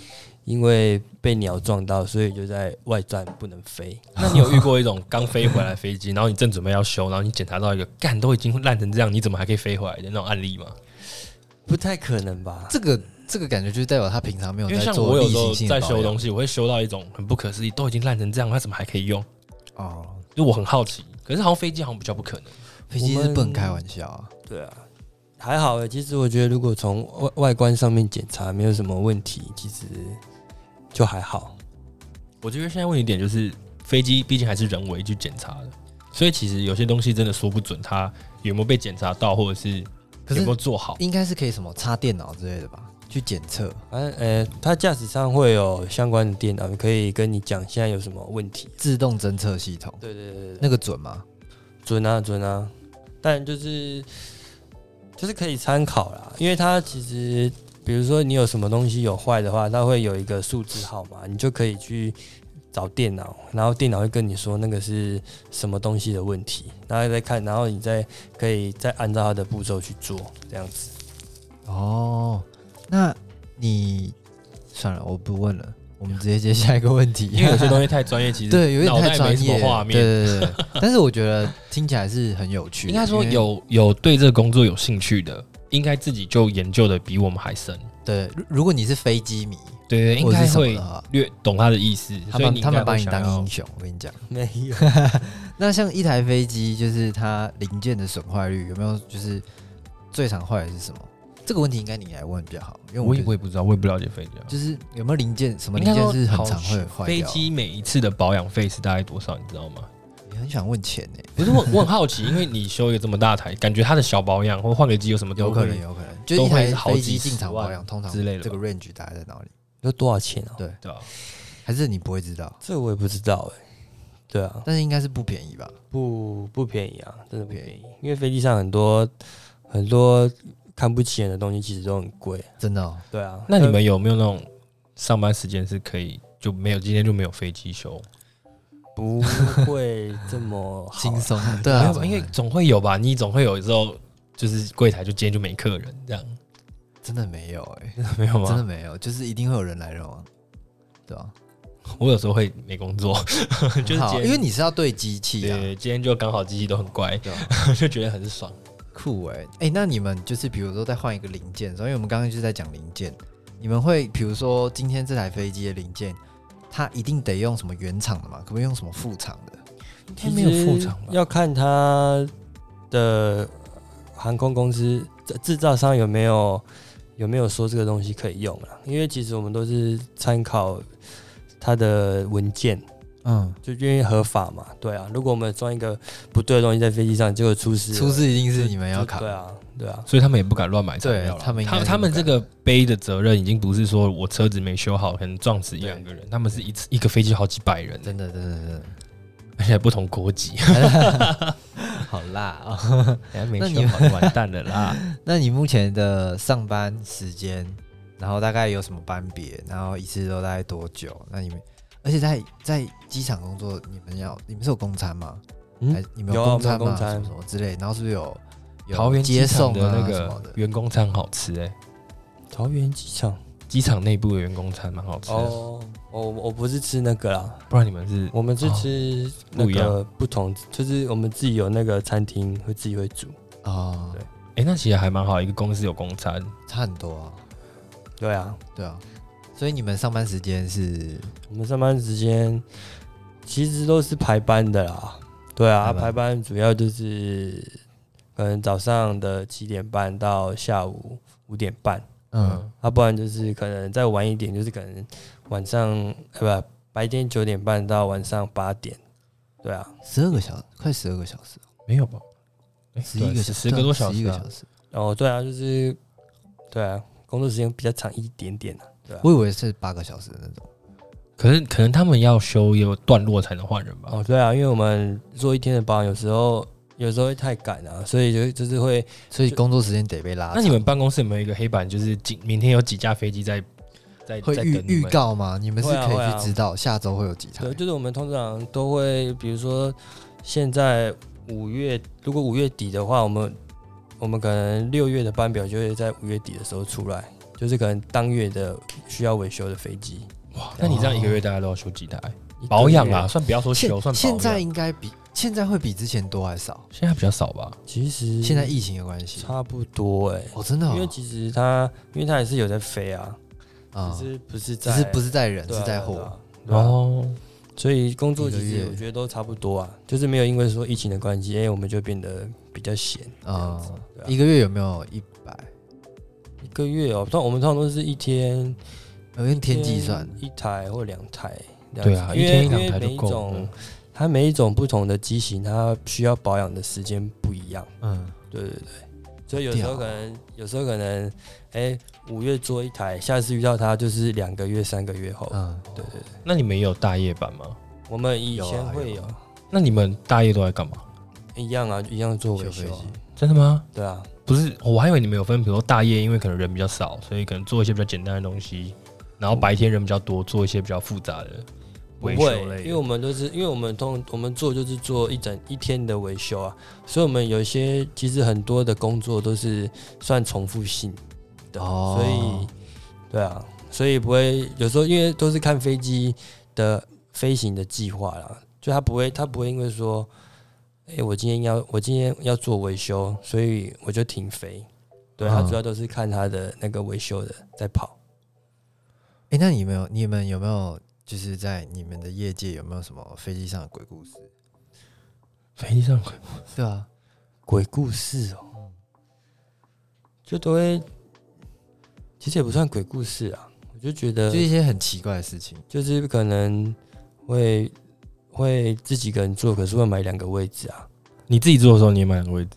Speaker 3: 因为被鸟撞到，所以就在外站不能飞。
Speaker 2: 那你有遇过一种刚飞回来的飞机，然后你正准备要修，然后你检查到一个干都已经烂成这样，你怎么还可以飞回来的那种案例吗？
Speaker 3: 不太可能吧？
Speaker 1: 这个这个感觉就是代表他平常没有
Speaker 2: 因为
Speaker 1: 在
Speaker 2: 像
Speaker 1: 做
Speaker 2: 我有
Speaker 1: 例
Speaker 2: 时候
Speaker 1: 行性的
Speaker 2: 在
Speaker 1: 保
Speaker 2: 修
Speaker 1: 养
Speaker 2: 东西，我会修到一种很不可思议，都已经烂成这样，它怎么还可以用？
Speaker 1: 哦，
Speaker 2: 就我很好奇，可是好像飞机好像比较不可能。
Speaker 1: 飞机是不能开玩笑啊。
Speaker 3: 对啊，还好诶、其实我觉得，如果从外外观上面检查没有什么问题，其实就还好。
Speaker 2: 我觉得现在问题点就是飞机毕竟还是人为去检查的，所以其实有些东西真的说不准它有没有被检查到，或者是
Speaker 1: 可是
Speaker 2: 有没有做好。
Speaker 1: 应该是可以什么插电脑之类的吧，去检测。
Speaker 3: 反正呃，它驾驶舱会有相关的电脑，可以跟你讲现在有什么问题。
Speaker 1: 自动侦测系统，
Speaker 3: 对对对对
Speaker 1: 那个准吗？
Speaker 3: 准啊准啊，但就是就是可以参考啦，因为它其实比如说你有什么东西有坏的话，它会有一个数字号码，你就可以去找电脑，然后电脑会跟你说那个是什么东西的问题，然后再看，然后你再可以再按照它的步骤去做，这样子。
Speaker 1: 哦，那你算了，我不问了，我们直接接下一个问题。
Speaker 2: 因为有些东西太专业，其 实
Speaker 1: 对，有点
Speaker 2: 脑
Speaker 1: 太
Speaker 2: 袋没
Speaker 1: 专
Speaker 2: 什
Speaker 1: 业
Speaker 2: 么
Speaker 1: 了，
Speaker 2: 画面。
Speaker 1: 对对对对，但是我觉得听起来是很有趣的。
Speaker 2: 应该说
Speaker 1: 因为
Speaker 2: 有有对这个工作有兴趣的，应该自己就研究的比我们还深。
Speaker 1: 对，如如果你是飞机迷，
Speaker 2: 对对，应
Speaker 1: 或者
Speaker 2: 该
Speaker 1: 是什么
Speaker 2: 会
Speaker 1: 的话，
Speaker 2: 略懂他的意思。
Speaker 1: 他
Speaker 2: 所以
Speaker 1: 们
Speaker 2: 你
Speaker 1: 他们
Speaker 2: 应该
Speaker 1: 把
Speaker 2: 会
Speaker 1: 你
Speaker 2: 想
Speaker 1: 当
Speaker 2: 要
Speaker 1: 英雄，我跟你讲。
Speaker 3: 没 有，
Speaker 1: 那像一台飞机，就是它零件的损坏率有没有？就是最常坏的是什么？这个问题应该你来问比较好，因为
Speaker 2: 我
Speaker 1: 我
Speaker 2: 也
Speaker 1: 觉得
Speaker 2: 我也不知道，我也不了解飞机啊。
Speaker 1: 就是有没有零件什么
Speaker 2: 应
Speaker 1: 零
Speaker 2: 该
Speaker 1: 件
Speaker 2: 说
Speaker 1: 是很
Speaker 2: 好
Speaker 1: 常会坏掉？
Speaker 2: 飞机每一次的保养费是大概多少，你知道吗？
Speaker 1: 也很想问钱欸呢、
Speaker 2: 不是我，我很好奇，因为你修一个这么大台，感觉它的小保养或换个机油什么都
Speaker 1: 有可能
Speaker 2: 会
Speaker 1: 有可能，就是一
Speaker 2: 都会
Speaker 1: 台
Speaker 2: 好
Speaker 1: 飞
Speaker 2: 几
Speaker 1: 机进
Speaker 2: 十
Speaker 1: 场
Speaker 2: 万
Speaker 1: 保养，通常
Speaker 2: 之类的
Speaker 1: 这个
Speaker 2: 吧
Speaker 1: range 大概在哪里？
Speaker 3: 这多少钱啊？
Speaker 1: 对，
Speaker 2: 对吧？
Speaker 1: 还是你不会知道？
Speaker 3: 这我也不知道哎、对啊，
Speaker 1: 但是应该是不便宜吧？
Speaker 3: 不不便宜啊，真的不便宜。因为飞机上很多很多看不起眼的东西，其实都很贵。
Speaker 1: 真的、哦，
Speaker 3: 对啊，
Speaker 2: 那你们有没有那种上班时间是可以就没有今天就没有飞机修？
Speaker 3: 呃不会 这么好
Speaker 1: 轻
Speaker 3: 啊
Speaker 1: 松，对
Speaker 2: 没
Speaker 1: 啊
Speaker 2: 有，吧因为总会有吧，你总会有时候就是柜台就今天就没客人这样，
Speaker 1: 真的没有哎、
Speaker 2: 没有
Speaker 1: 真的
Speaker 2: 吗？
Speaker 1: 没有，就是一定会有人来人往，对吧、
Speaker 2: 我有时候会没工作，
Speaker 1: 啊？
Speaker 2: 就是
Speaker 1: 很好
Speaker 2: 今天
Speaker 1: 因为你是要对机器啊，
Speaker 2: 对，今天就刚好机器都很乖，
Speaker 1: 对吧、
Speaker 2: 就觉得很爽。
Speaker 1: 酷哎、欸、哎、那你们就是比如说再换一个零件的时候，因为我们刚刚就是在讲零件，你们会比如说今天这台飞机的零件，它一定得用什么原厂的嘛？可不可以用什么副厂的？
Speaker 2: 它没有副厂吧
Speaker 3: 其实要看它的航空公司制制造商有没有有没有说这个东西可以用啊。因为其实我们都是参考它的文件，
Speaker 1: 嗯，
Speaker 3: 就因为合法嘛。对啊，如果我们装一个不对的东西在飞机上，结果出事了，
Speaker 1: 出事一定是
Speaker 3: 就
Speaker 1: 你们要扛
Speaker 3: 就对，啊，对啊。
Speaker 2: 所以他们也不敢乱买材料
Speaker 1: 对
Speaker 2: 了。
Speaker 1: 他们应该
Speaker 2: 他
Speaker 1: 是
Speaker 2: 他们
Speaker 1: 不
Speaker 2: 这
Speaker 1: 敢
Speaker 2: 个背的责任已经不是说我车子没修好，可能撞死一
Speaker 1: 对
Speaker 2: 两个人，他们是一次一个飞机好几百人，
Speaker 1: 真的真的真的。
Speaker 2: 而且还不同国籍，
Speaker 1: 好辣哦！
Speaker 2: 人家没
Speaker 1: 那你
Speaker 2: 修好就完蛋了 啦。
Speaker 1: 那你目前的上班时间，然后大概有什么班别，然后一次都大概多久？那你们，而且在在机场工作，你们要你们是有公餐吗？
Speaker 3: 嗯
Speaker 1: 还是你们
Speaker 3: 有啊
Speaker 1: 公餐
Speaker 3: 我
Speaker 1: 吗？
Speaker 3: 们有公餐
Speaker 1: 什么什么之类？然后是不是有有
Speaker 2: 桃园机
Speaker 1: 接
Speaker 2: 场
Speaker 1: 送
Speaker 2: 的
Speaker 1: 啊
Speaker 2: 那
Speaker 1: 什么
Speaker 2: 个
Speaker 1: 的？
Speaker 2: 员工餐好吃哎、
Speaker 3: 桃园机场
Speaker 2: 机场内部的员工餐蛮好吃的。
Speaker 3: 哦，我我不是吃那个啦，
Speaker 2: 不然你们是
Speaker 3: 我们是吃那
Speaker 2: 不一
Speaker 3: 个
Speaker 2: 样
Speaker 3: 不同，就是我们自己有那个餐厅会自己会煮。
Speaker 1: 哦，
Speaker 3: 对
Speaker 2: 哎、那其实还蛮好，一个公司有公餐，
Speaker 1: 差很多啊，
Speaker 3: 对啊，
Speaker 1: 对啊。所以你们上班时间是
Speaker 3: 我们上班时间其实都是排班的啦。对啊，
Speaker 1: 排班
Speaker 3: 排班主要就是可能早上的七点半到下午五点半，
Speaker 1: 嗯，
Speaker 3: 啊，不然就是可能再晚一点，就是可能晚上呃不白天九点半到晚上八点。对啊，
Speaker 1: 十二个小时，快十二个小时，
Speaker 2: 没有吧？
Speaker 1: 哎十一个小时，
Speaker 2: 十个多小时、啊，
Speaker 1: 十一个小时。
Speaker 3: 哦，对啊，就是对啊，工作时间比较长一点点啊。
Speaker 1: 我以为是八个小时的那种。
Speaker 2: 可是可能他们要休有段落才能换人吧？
Speaker 3: 哦，对啊，因为我们做一天的保养，有时候有时候会太赶啊，所以就就是会
Speaker 1: 所以工作时间得被拉长。
Speaker 2: 那你们办公室有没有一个黑板，就是今明天有几架飞机在在
Speaker 1: 会
Speaker 2: 在等
Speaker 1: 预
Speaker 2: 你
Speaker 1: 预
Speaker 2: 们？
Speaker 1: 告吗？你们是
Speaker 3: 会啊
Speaker 1: 可
Speaker 3: 会
Speaker 1: 以
Speaker 3: 啊
Speaker 1: 去知道下周会有几台
Speaker 3: 对，？就是我们通常都会，比如说现在五月，如果五月底的话，我们我们可能六月的班表就会在五月底的时候出来，就是可能当月的需要维修的飞机。
Speaker 2: 哇，那你这样一个月大概都要修几台？
Speaker 3: 一个
Speaker 2: 保养
Speaker 3: 月
Speaker 2: 啊，，算不要说修，
Speaker 1: 哦
Speaker 2: 算
Speaker 1: 现
Speaker 2: 保养
Speaker 1: 现在应该比现在会比之前多还少？
Speaker 2: 现在比较少吧？
Speaker 3: 其实
Speaker 1: 现在疫情有关系
Speaker 3: 嗯差不多哎、
Speaker 1: 哦，真的哦
Speaker 3: 因为其实它因为它也是有在飞啊，
Speaker 1: 啊，
Speaker 3: 只是不
Speaker 1: 只
Speaker 3: 是在
Speaker 1: 是不是在人
Speaker 3: 对
Speaker 1: 是
Speaker 3: 啊
Speaker 1: 在
Speaker 3: 对啊
Speaker 1: 货，
Speaker 3: 对啊
Speaker 2: 哦，
Speaker 3: 所以工作
Speaker 1: 一个
Speaker 3: 其
Speaker 1: 月
Speaker 3: 实我觉得都差不多啊，就是没有因为说疫情的关系，哎、我们就变得比较闲这样
Speaker 1: 啊
Speaker 3: 子。对啊
Speaker 1: 一个月有没有一百？
Speaker 3: 一个月哦，通我们通常都是一天
Speaker 1: 我用天计算，啊
Speaker 3: 一台或两台，
Speaker 2: 对啊
Speaker 3: 因为
Speaker 2: 一天一两台就
Speaker 3: 因为每一
Speaker 2: 够了
Speaker 3: 种它它每一种不同的机型，它需要保养的时间不一样。
Speaker 2: 嗯，
Speaker 3: 对对对，所以有时候
Speaker 1: 屌
Speaker 3: 可能，有时候可能，哎、五月做一台，下次遇到它就是两个月、三个月后。
Speaker 1: 嗯，
Speaker 3: 对对对，
Speaker 2: 那你们也有大夜班吗？
Speaker 3: 我们以
Speaker 1: 有啊
Speaker 3: 前会
Speaker 1: 有
Speaker 3: 有
Speaker 2: 那你们大夜都在干嘛？
Speaker 3: 一样啊，一样做维
Speaker 1: 修飞
Speaker 3: 修啊。
Speaker 1: 机
Speaker 2: 真的吗？
Speaker 3: 对啊，
Speaker 2: 不是，我还以为你们有分，比如说大夜，因为可能人比较少，所以可能做一些比较简单的东西，然后白天人比较多，做一些比较复杂的
Speaker 3: 不
Speaker 2: 维
Speaker 3: 会
Speaker 2: 修类的。
Speaker 3: 因为我们都是，因为我们通我们做就是做一整一天的维修啊，所以我们有一些其实很多的工作都是算重复性的，
Speaker 1: 哦
Speaker 3: 啊所以对啊，所以不会有时候因为都是看飞机的飞行的计划啦，就他不会他不会因为说，哎、我今天要我今天要做维修，所以我就停飞，对他
Speaker 1: 嗯
Speaker 3: 主要都是看他的那个维修的在跑。
Speaker 1: 哎、那你们有你们有没有就是在你们的业界有没有什么飞机上的鬼故事？
Speaker 2: 飞机上鬼
Speaker 1: 对啊，
Speaker 3: 鬼故事哦，就都会，其实也不算鬼故事啊，我就觉得
Speaker 1: 就一些很奇怪的事情。
Speaker 3: 就是可能会会自己一个人坐，可是会买两个位置啊，
Speaker 2: 你自己做的时候，你也买两个 位置，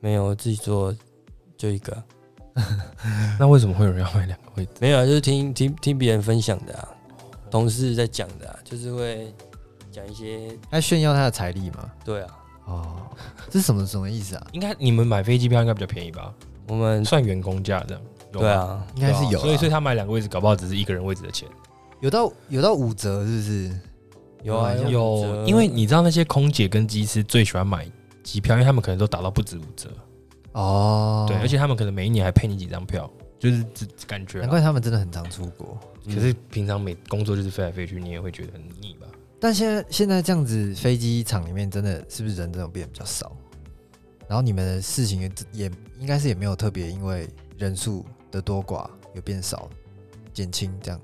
Speaker 3: 没有我自己坐就一个，
Speaker 2: 那为什么会有人要买两个位置？
Speaker 3: 没有啊，就是听听听别人分享的啊，同事在讲的啊，就是会讲一些
Speaker 1: 他炫耀他的财力嘛？
Speaker 3: 对啊，
Speaker 1: 哦，这是什么什么意思啊？
Speaker 2: 应该你们买飞机票应该比较便宜吧？
Speaker 3: 我们
Speaker 2: 算员工价这样。有吗
Speaker 3: 对，啊，
Speaker 1: 应该是有啦、
Speaker 2: 所以所以他买两个位置，搞不好只是一个人位置的钱。
Speaker 1: 有到有到五折是不是？
Speaker 3: 有啊
Speaker 1: 有
Speaker 3: 五
Speaker 2: 有，
Speaker 3: 折
Speaker 2: 因为你知道那些空姐跟机师最喜欢买机票，因为他们可能都打到不止五折，
Speaker 1: 哦，
Speaker 2: 对，而且啊他们可能每一年还配你几张票，就是只感觉
Speaker 1: 难
Speaker 2: 啦。
Speaker 1: 怪他们真的很常出国。
Speaker 2: 可是平常每工作就是飞来飞去，你也会觉得很腻吧？
Speaker 1: 但现在现在这样子，飞机场里面真的是不是人真的变得比较少？然后你们的事情也也应该是也没有特别因为人数的多寡有变少减轻这样。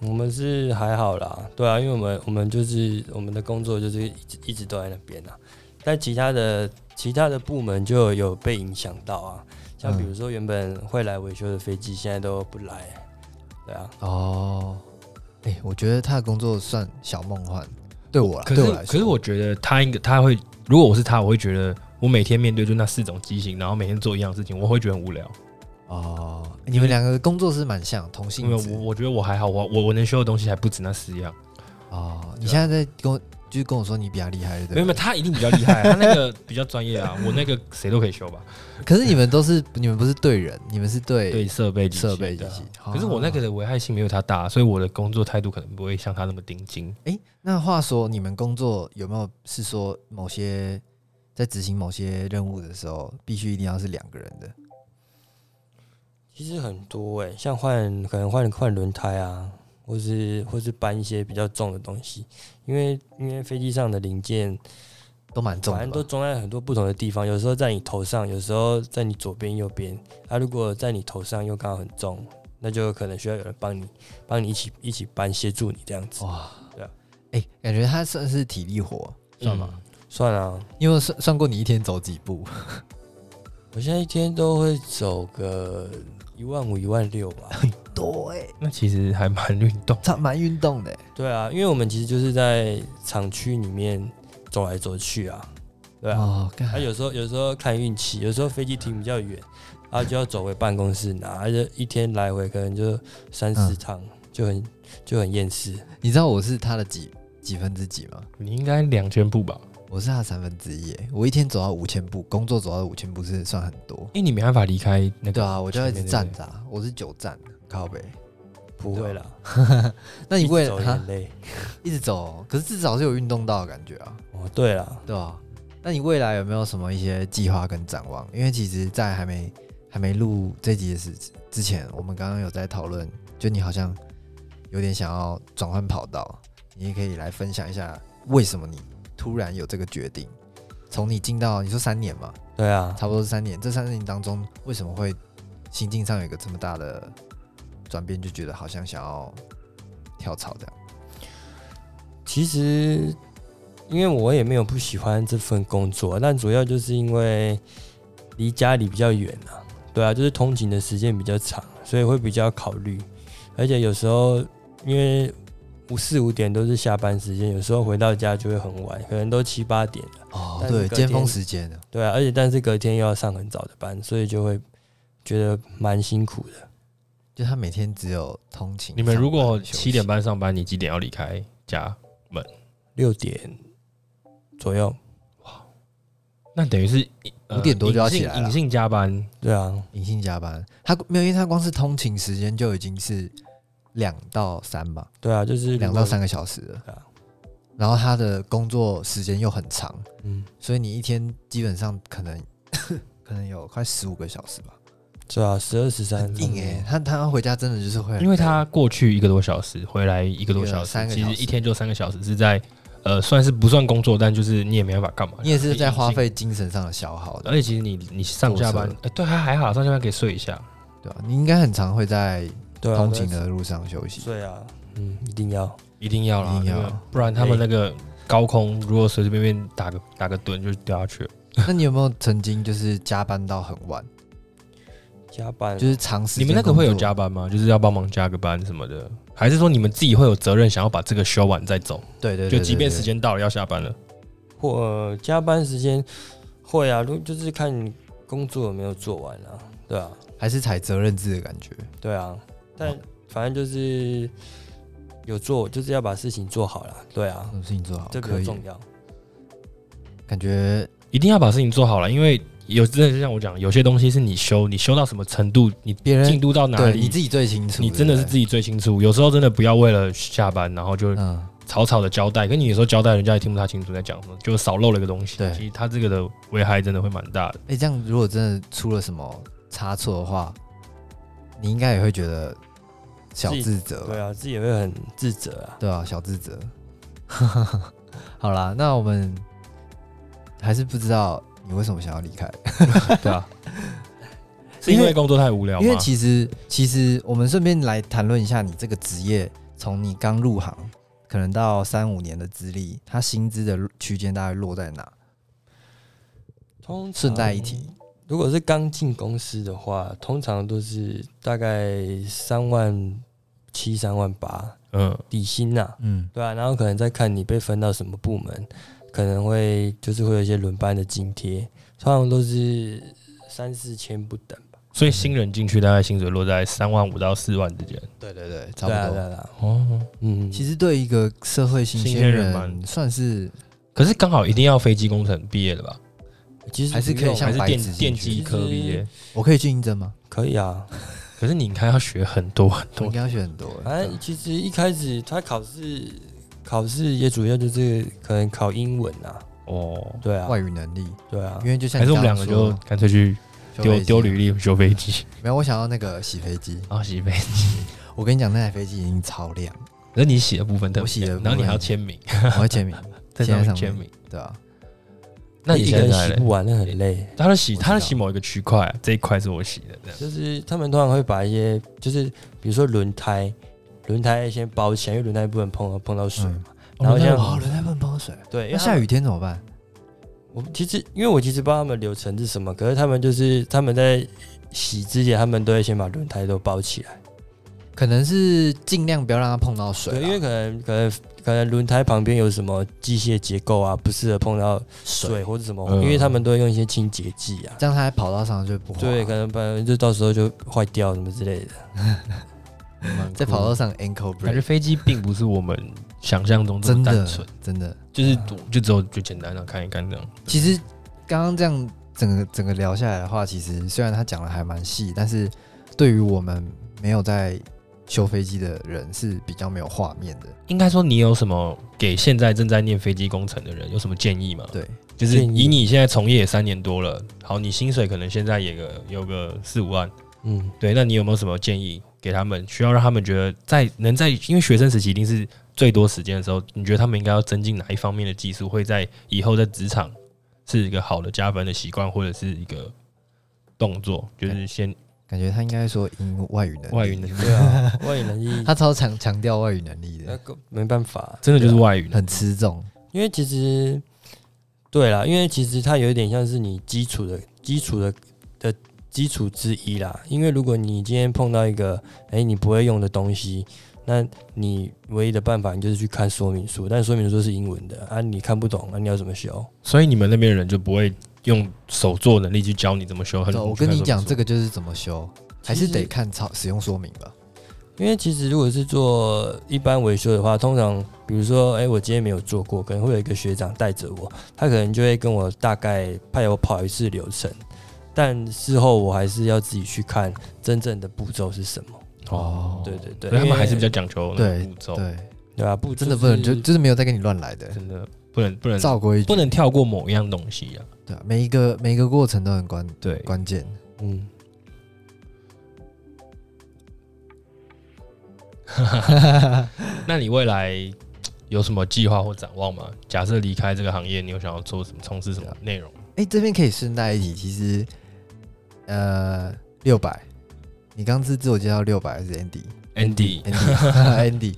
Speaker 3: 我们是还好啦，对啊，因为我们我们就是我们的工作就是一直一直都在那边啊，但其他的其他的部门就有被影响到啊，像
Speaker 1: 嗯
Speaker 3: 比如说原本会来维修的飞机，现在都不来，对啊，
Speaker 1: 哦，哎、我觉得他的工作算小梦幻，对我啦，
Speaker 2: 可
Speaker 1: 对我来
Speaker 2: 是
Speaker 1: 说，
Speaker 2: 可是我觉得他应该他会，如果我是他，我会觉得我每天面对就那四种机型，然后每天做一样的事情，我会觉得很无聊。
Speaker 1: 哦，你们两个工作是蛮像同
Speaker 2: 因
Speaker 1: 性
Speaker 2: 为
Speaker 1: 质
Speaker 2: 我我觉得我还好，我我我能修的东西还不止那四样。
Speaker 1: 哦。你现在在跟我就是跟我说你比他厉害，对不
Speaker 2: 没有没有，
Speaker 1: 对？
Speaker 2: 他一定比较厉害、啊他那个比较专业 啊，我那个谁都可以修吧？
Speaker 1: 可是你们都是你们不是对人，你们是对
Speaker 2: 对设备机器
Speaker 1: 设备
Speaker 2: 对
Speaker 1: 机
Speaker 2: 啊
Speaker 1: 器。哦
Speaker 2: 可是我那个的危害性没有他大，所以我的工作态度可能不会像他那么盯紧。
Speaker 1: 哎、那话说，你们工作有没有是说某些在执行某些任务的时候，必须一定要是两个人的？
Speaker 3: 其实很多哎、像换可能换换轮胎啊，或是或是搬一些比较重的东西，因为因为飞机上的零件
Speaker 1: 都蛮重
Speaker 3: 反
Speaker 1: 的
Speaker 3: 正都
Speaker 1: 吧。
Speaker 3: 装在很多不同的地方，有时候在你头上，有时候在你左边、右边。啊，如果在你头上又刚好很重，那就可能需要有人帮你，帮你一起一起搬，协助你这样子。
Speaker 1: 哇，
Speaker 3: 对啊
Speaker 1: 哎、感觉他算是体力活，算吗？
Speaker 3: 算啊，
Speaker 1: 因为算算过你一天走几步，
Speaker 3: 我现在一天都会走个一万五、一万六 吧。
Speaker 1: 多哎、
Speaker 2: 那其实还蛮运动。
Speaker 1: 他蛮运动的、
Speaker 3: 对啊，因为我们其实就是在厂区里面走来走去啊。对啊，
Speaker 1: 哦，干
Speaker 3: 啊，有时候有时候看运气，有时候飞机停比较远，啊，就要走回办公室拿，啊就一天来回可能就三四
Speaker 1: 嗯
Speaker 3: 趟，就很就很厌世。
Speaker 1: 你知道我是他的几几分之几吗？
Speaker 2: 你应该两千步吧？
Speaker 1: 我是他的三分之一欸，我一天走到五千步，工作走到五千步是算很多。
Speaker 2: 因为你没办法离开那
Speaker 1: 对
Speaker 2: 个。
Speaker 1: 啊，我就要一直
Speaker 2: 前面
Speaker 1: 站着、啊，我是久站的，靠背。
Speaker 3: 不会啦，
Speaker 1: 那你
Speaker 3: 一直
Speaker 1: 为啊
Speaker 3: 走
Speaker 1: 了
Speaker 3: 有
Speaker 1: 他
Speaker 3: 点累。
Speaker 1: 一直走，可是至少是有运动到的感觉啊。
Speaker 3: 哦，对啦，
Speaker 1: 对啊，那你未来有没有什么一些计划跟展望？因为其实，在还没还没录这集的时之前，我们刚刚有在讨论，就你好像有点想要转换跑道，你也可以来分享一下为什么你突然有这个决定。从你进到你说三年嘛，
Speaker 3: 对啊，
Speaker 1: 差不多是三年，这三年当中为什么会心境上有一个这么大的转变，就觉得好像想要跳槽这样？
Speaker 3: 其实因为我也没有不喜欢这份工作，但主要就是因为离家里比较远啊，对啊，就是通勤的时间比较长，所以会比较考虑，而且有时候因为五四五点都是下班时间，有时候回到家就会很晚，可能都七八点了。
Speaker 1: 哦
Speaker 3: 但，是
Speaker 1: 对，
Speaker 3: 隔
Speaker 1: 尖峰
Speaker 3: 天
Speaker 1: 时间的，
Speaker 3: 对啊，而且但是隔天又要上很早的班，所以就会觉得蛮辛苦的。
Speaker 1: 就他每天只有通勤上班休息。
Speaker 2: 你们如果七点半上班，你几点要离开家？
Speaker 3: 六点左右，
Speaker 2: 那等于是
Speaker 1: 五点多就要起来
Speaker 2: 呃隐性
Speaker 1: 了
Speaker 2: 隐性加班，
Speaker 3: 对啊，
Speaker 1: 隐性加班，他没有，因为他光是通勤时间就已经是两到三嘛，
Speaker 3: 对啊，就是
Speaker 1: 两到，三个小时
Speaker 3: 对
Speaker 1: 了
Speaker 3: 啊。
Speaker 1: 然后他的工作时间又很长，
Speaker 3: 嗯，
Speaker 1: 所以你一天基本上可能 可能有快十五个小时吧，
Speaker 3: 对啊，十二十三
Speaker 1: 很，硬哎、他他回家真的就是会很累，
Speaker 2: 欸因为他过去一个多小时，回来一个多小
Speaker 1: 三个
Speaker 2: 时，其
Speaker 1: 小
Speaker 2: 实
Speaker 1: 时
Speaker 2: 一天就三个小时是在呃，算是不算工作，但就是你也没办法干嘛，
Speaker 1: 你也是在花
Speaker 2: 就是隐性。
Speaker 1: 费精神上的消耗的
Speaker 2: 而，且其实你你上下班
Speaker 1: 坐，
Speaker 2: 呃对，还还好，上下班可以睡一下。
Speaker 1: 对吧、你应该很常会在
Speaker 3: 对啊，
Speaker 1: 通勤的路上休息，
Speaker 3: 对啊，嗯，一定要，
Speaker 2: 一定要啦，
Speaker 1: 一定要
Speaker 2: 那个不然他们那个高空，如果随随便便打个打个盹就掉下去了。
Speaker 1: 那你有没有曾经就是加班到很晚，
Speaker 3: 加班
Speaker 1: 就是长时
Speaker 2: 你
Speaker 1: 间？
Speaker 2: 们那个会有加？班吗？就是要帮忙加个班什么的，还是说你们自己会有责任想要把这个修完再走？
Speaker 1: 对对对
Speaker 2: 就即便
Speaker 1: 对
Speaker 2: 时间到了要下班了，
Speaker 3: 或、呃加班时间会啊，如就是看你工作有没有做完啊，对啊，
Speaker 1: 还是踩责任制的感觉，
Speaker 3: 对啊，
Speaker 1: 哦
Speaker 3: 但反正就是有做，就是要把事情做好了，对啊
Speaker 1: 什，么事情做好
Speaker 3: 这比
Speaker 1: 可
Speaker 3: 较
Speaker 1: 以，
Speaker 3: 重要。
Speaker 1: 感觉
Speaker 2: 一定要把事情做好了，因为有真的就像我讲，有些东西是你修，你修到什么程度，你
Speaker 1: 别人
Speaker 2: 进度到哪
Speaker 1: 对你
Speaker 2: 里，
Speaker 1: 自己最清楚，
Speaker 2: 你真的是
Speaker 1: 对不
Speaker 2: 自己最清楚。有时候真的不要为了下班，然后就
Speaker 1: 对嗯，
Speaker 2: 草草的交代，跟你有时候交代人家也听不太清楚在讲什么，就少漏了一个东西。
Speaker 1: 对
Speaker 2: 其实他这个的危害真的会蛮大的。
Speaker 1: 哎、这样如果真的出了什么差错的话，你应该也会觉得小自责
Speaker 3: 对
Speaker 1: 吧？
Speaker 3: 啊，自己也会很自责啊。
Speaker 1: 对啊，小自责。 好啦，那我们还是不知道你为什么想要离开，
Speaker 2: 对啊，是因为工作太无聊吗？
Speaker 1: 因为其实其实我们顺便来谈论一下你这个职业，从你刚入行可能到三五年的资历，它薪资的区间大概落在哪？
Speaker 3: 通常
Speaker 1: 顺带一提，
Speaker 3: 如果是刚进公司的话，通常都是大概三万七、三万八
Speaker 2: 嗯，
Speaker 3: 底薪呐、
Speaker 1: 嗯，
Speaker 3: 对啊，然后可能再看你被分到什么部门，可能会就是会有一些轮班的津贴，通常都是三四千不等吧。
Speaker 2: 所以新人进去大概薪水落在三万五到四万之间。
Speaker 1: 对对对，差
Speaker 3: 对
Speaker 1: 不
Speaker 3: 啊，
Speaker 1: 多。
Speaker 3: 对啊，对啊
Speaker 2: 哦，
Speaker 3: 嗯，
Speaker 1: 其实对一个社会新
Speaker 2: 新
Speaker 1: 鲜
Speaker 2: 鲜人
Speaker 1: 人，
Speaker 2: 蛮
Speaker 1: 算是
Speaker 2: 可是刚好一定要飞机工程毕业的吧？
Speaker 3: 其实
Speaker 1: 还是
Speaker 3: 不
Speaker 1: 可以
Speaker 3: 用
Speaker 1: 像
Speaker 2: 还是
Speaker 1: 白
Speaker 2: 电
Speaker 1: 纸进
Speaker 2: 电
Speaker 1: 去
Speaker 2: 机科毕业？
Speaker 1: 我可以去应征吗？
Speaker 3: 可以啊，
Speaker 2: 可是你应该要学很多很
Speaker 1: 我应
Speaker 2: 多。哎
Speaker 1: 该要学很多。
Speaker 3: 反正其实一开始他考试考试也主要就是可能考英文啊，
Speaker 2: 哦，
Speaker 3: 对啊，
Speaker 1: 外语能力，
Speaker 3: 对啊
Speaker 1: 因，为就像
Speaker 2: 还
Speaker 1: 你
Speaker 2: 是我们
Speaker 1: 刚
Speaker 2: 两
Speaker 1: 刚
Speaker 2: 个
Speaker 1: 说
Speaker 2: 就
Speaker 1: 的
Speaker 2: 干脆去
Speaker 1: 修
Speaker 2: 丢
Speaker 1: 飞机
Speaker 2: 丢履历修飞机，
Speaker 1: 没有，我想要那个洗飞机。
Speaker 2: 然后哦洗飞机。
Speaker 1: 我跟你讲，那台飞机已经超亮，
Speaker 2: 可是你洗的部分特别，
Speaker 1: 我洗的部分
Speaker 2: 然后你还要签名，
Speaker 1: 我要签名，
Speaker 2: 在
Speaker 1: 签在
Speaker 2: 上
Speaker 1: 上
Speaker 2: 面
Speaker 1: 面
Speaker 2: 签名。
Speaker 1: 对啊，
Speaker 2: 嗯那你
Speaker 3: 一
Speaker 2: 现在
Speaker 3: 个人
Speaker 2: 哪
Speaker 3: 洗
Speaker 2: 里
Speaker 3: 不完，那很累。
Speaker 2: 他是洗，
Speaker 1: 我知道
Speaker 2: 他是洗某一个区块，这一块是我洗的，这样
Speaker 3: 就是他们通常会把一些，就是比如说轮胎，轮胎先包起来，因为轮胎不能碰到碰到水嘛。然后像
Speaker 1: 哦，轮胎不能碰水，
Speaker 2: 哎
Speaker 3: 对，因
Speaker 1: 那
Speaker 3: 为下
Speaker 1: 下
Speaker 3: 雨，
Speaker 1: 雨天怎么办？
Speaker 3: 我其实因为我其实不知道他们流程是什么，可是他们就是他们在洗之前，他们都会先把轮胎都包起来。
Speaker 1: 可能是尽量不要让它碰到水
Speaker 3: 对，
Speaker 1: 啦，
Speaker 2: 啊
Speaker 3: 因为可能可能可能轮胎旁边有什么机械结构啊，不适合碰到水或者什么，
Speaker 2: 嗯
Speaker 3: 因为他们都会用一些清洁剂啊。
Speaker 1: 这样它在跑道上就不滑。
Speaker 3: 对，可能不然就到时候就坏掉什么之类的。
Speaker 2: 蛮酷
Speaker 1: 在跑道上 ankle
Speaker 2: 感觉
Speaker 1: break，
Speaker 2: 飞机并不是我们想象中这
Speaker 1: 真
Speaker 2: 么单
Speaker 1: 的
Speaker 2: 纯，
Speaker 1: 真的。
Speaker 2: 就是就只有就简单的看一看这样。
Speaker 1: 其实刚刚这样整个整个聊下来的话，其实虽然他讲的还蛮细，但是对于我们没有在修飞机的人是比较没有画面的。
Speaker 2: 应该说，你有什么给现在正在念飞机工程的人有什么建议吗？
Speaker 1: 对，
Speaker 2: 就是
Speaker 3: 建议
Speaker 2: 以你现在从业也三年多了，好，你薪水可能现在也个有个四五万，
Speaker 3: 嗯，
Speaker 2: 对，那你有没有什么建议给他们？需要让他们觉得在能在，因为学生时期一定是最多时间的时候，你觉得他们应该要增进哪一方面的技术，会在以后在职场是一个好的加分的习惯，或者是一个动作，就是先
Speaker 1: 感觉他应该说英外语能力，
Speaker 2: 外语能力，
Speaker 3: 对 啊，外语能力
Speaker 1: 他超强强调外语能力
Speaker 3: 那
Speaker 1: 的，
Speaker 3: 个没办 法，啊
Speaker 2: 真的
Speaker 1: 啊
Speaker 2: 就是外语能力
Speaker 1: 很吃重。
Speaker 3: 因为其实，对啦，因为其实它有一点像是你基础的基础的的基础之一啦。因为如果你今天碰到一个哎、诶你不会用的东西，那你唯一的办法，你就是去看说明书，但说明书是英文的啊，你看不懂，那、你要怎么修？
Speaker 2: 所以你们那边的人就不会用手做能力去教你怎么修。很
Speaker 1: 对，啊我跟你讲，这
Speaker 2: 个
Speaker 1: 个就是怎么修，还是
Speaker 3: 其实
Speaker 1: 得看操使用说明吧。
Speaker 3: 因为其实如果是做一般维修的话，通常比如说，哎、我今天没有做过，可能会有一个学长带着我，他可能就会跟我大概派我跑一次流程，但事后我还是要自己去看真正的步骤是什么。
Speaker 2: 哦，
Speaker 3: 对对对，
Speaker 2: 所以他
Speaker 3: 因
Speaker 2: 们还
Speaker 3: 为
Speaker 2: 是比较讲究那个步骤，
Speaker 1: 对，
Speaker 3: 对啊，步
Speaker 1: 真的不能就是就是没有再跟你乱来的，
Speaker 2: 真的不能不能
Speaker 1: 照规矩
Speaker 2: 不能跳过某一样东西啊。
Speaker 1: 对啊，每一个每一个过程都很关
Speaker 2: 对，
Speaker 1: 关键。
Speaker 3: 嗯，
Speaker 2: 那你未来有什么计划或展望吗？假设离开这个行业，你有想要做什么、从事什么内容？
Speaker 1: 哎、这边可以顺带一提，其实呃，六百，你刚自自我介绍六百还是 Andy？
Speaker 2: Andy，
Speaker 1: Andy，Andy，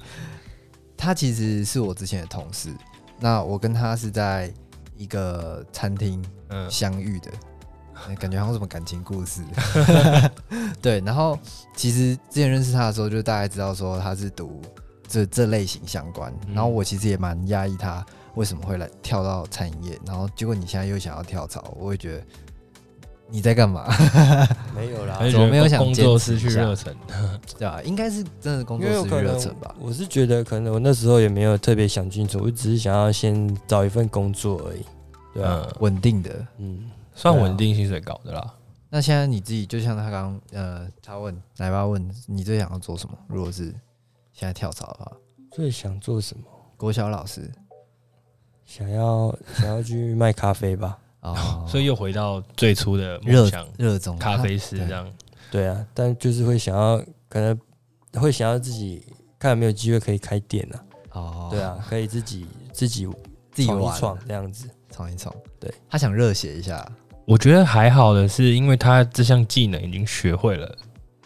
Speaker 1: 他其实是我之前的同事。那我跟他是在一个餐厅
Speaker 2: 嗯，
Speaker 1: 相遇 的，感觉好像什么感情故事。 对，然后其实之前认识他的时候，就大概知道说他是读这这类型相关。
Speaker 2: 嗯
Speaker 1: 然后我其实也蛮压抑他为什么会来跳到餐饮业，然后结果你现在又想要跳槽，我会觉得你在干嘛？
Speaker 3: 没有啦
Speaker 2: 还是
Speaker 1: 怎
Speaker 2: 觉
Speaker 1: 么
Speaker 2: 得
Speaker 1: 没有想
Speaker 2: 工作
Speaker 1: 坚持
Speaker 2: 失去
Speaker 1: 一下
Speaker 2: 热忱？
Speaker 1: 对啊吧？应该是真的工
Speaker 3: 因
Speaker 1: 作
Speaker 3: 为我
Speaker 1: 失去
Speaker 3: 可
Speaker 1: 热忱
Speaker 3: 能
Speaker 2: 嗯
Speaker 1: 吧。
Speaker 3: 我是觉得，可能我那时候也没有特别想清楚，我只是想要先找一份工作而已，对啊，
Speaker 2: 嗯，
Speaker 1: 稳定的，
Speaker 3: 嗯，
Speaker 2: 算稳定薪水高的啦。
Speaker 1: 那现在你自己就像他刚呃，他问奶爸问你最想要做什么？如果是现在跳槽的话，
Speaker 3: 最想做什么？
Speaker 1: 国小老师
Speaker 3: 想要想要去卖咖啡吧？
Speaker 1: 哦
Speaker 2: 所以又回到最初的梦
Speaker 1: 热
Speaker 2: 想，
Speaker 1: 热衷
Speaker 2: 咖啡师
Speaker 1: 哦对
Speaker 2: 这样。
Speaker 3: 对啊，但就是会想要，可能会想要自己看有没有机会可以开店啊。
Speaker 1: 哦，
Speaker 3: 对，啊，可以自己自己
Speaker 1: 自己
Speaker 3: 闯
Speaker 1: 玩
Speaker 3: 一闯这样子。
Speaker 1: 闯一闯，
Speaker 3: 对
Speaker 1: 他想热血一下，
Speaker 2: 我觉得还好的是，因为他这项技能已经学会了，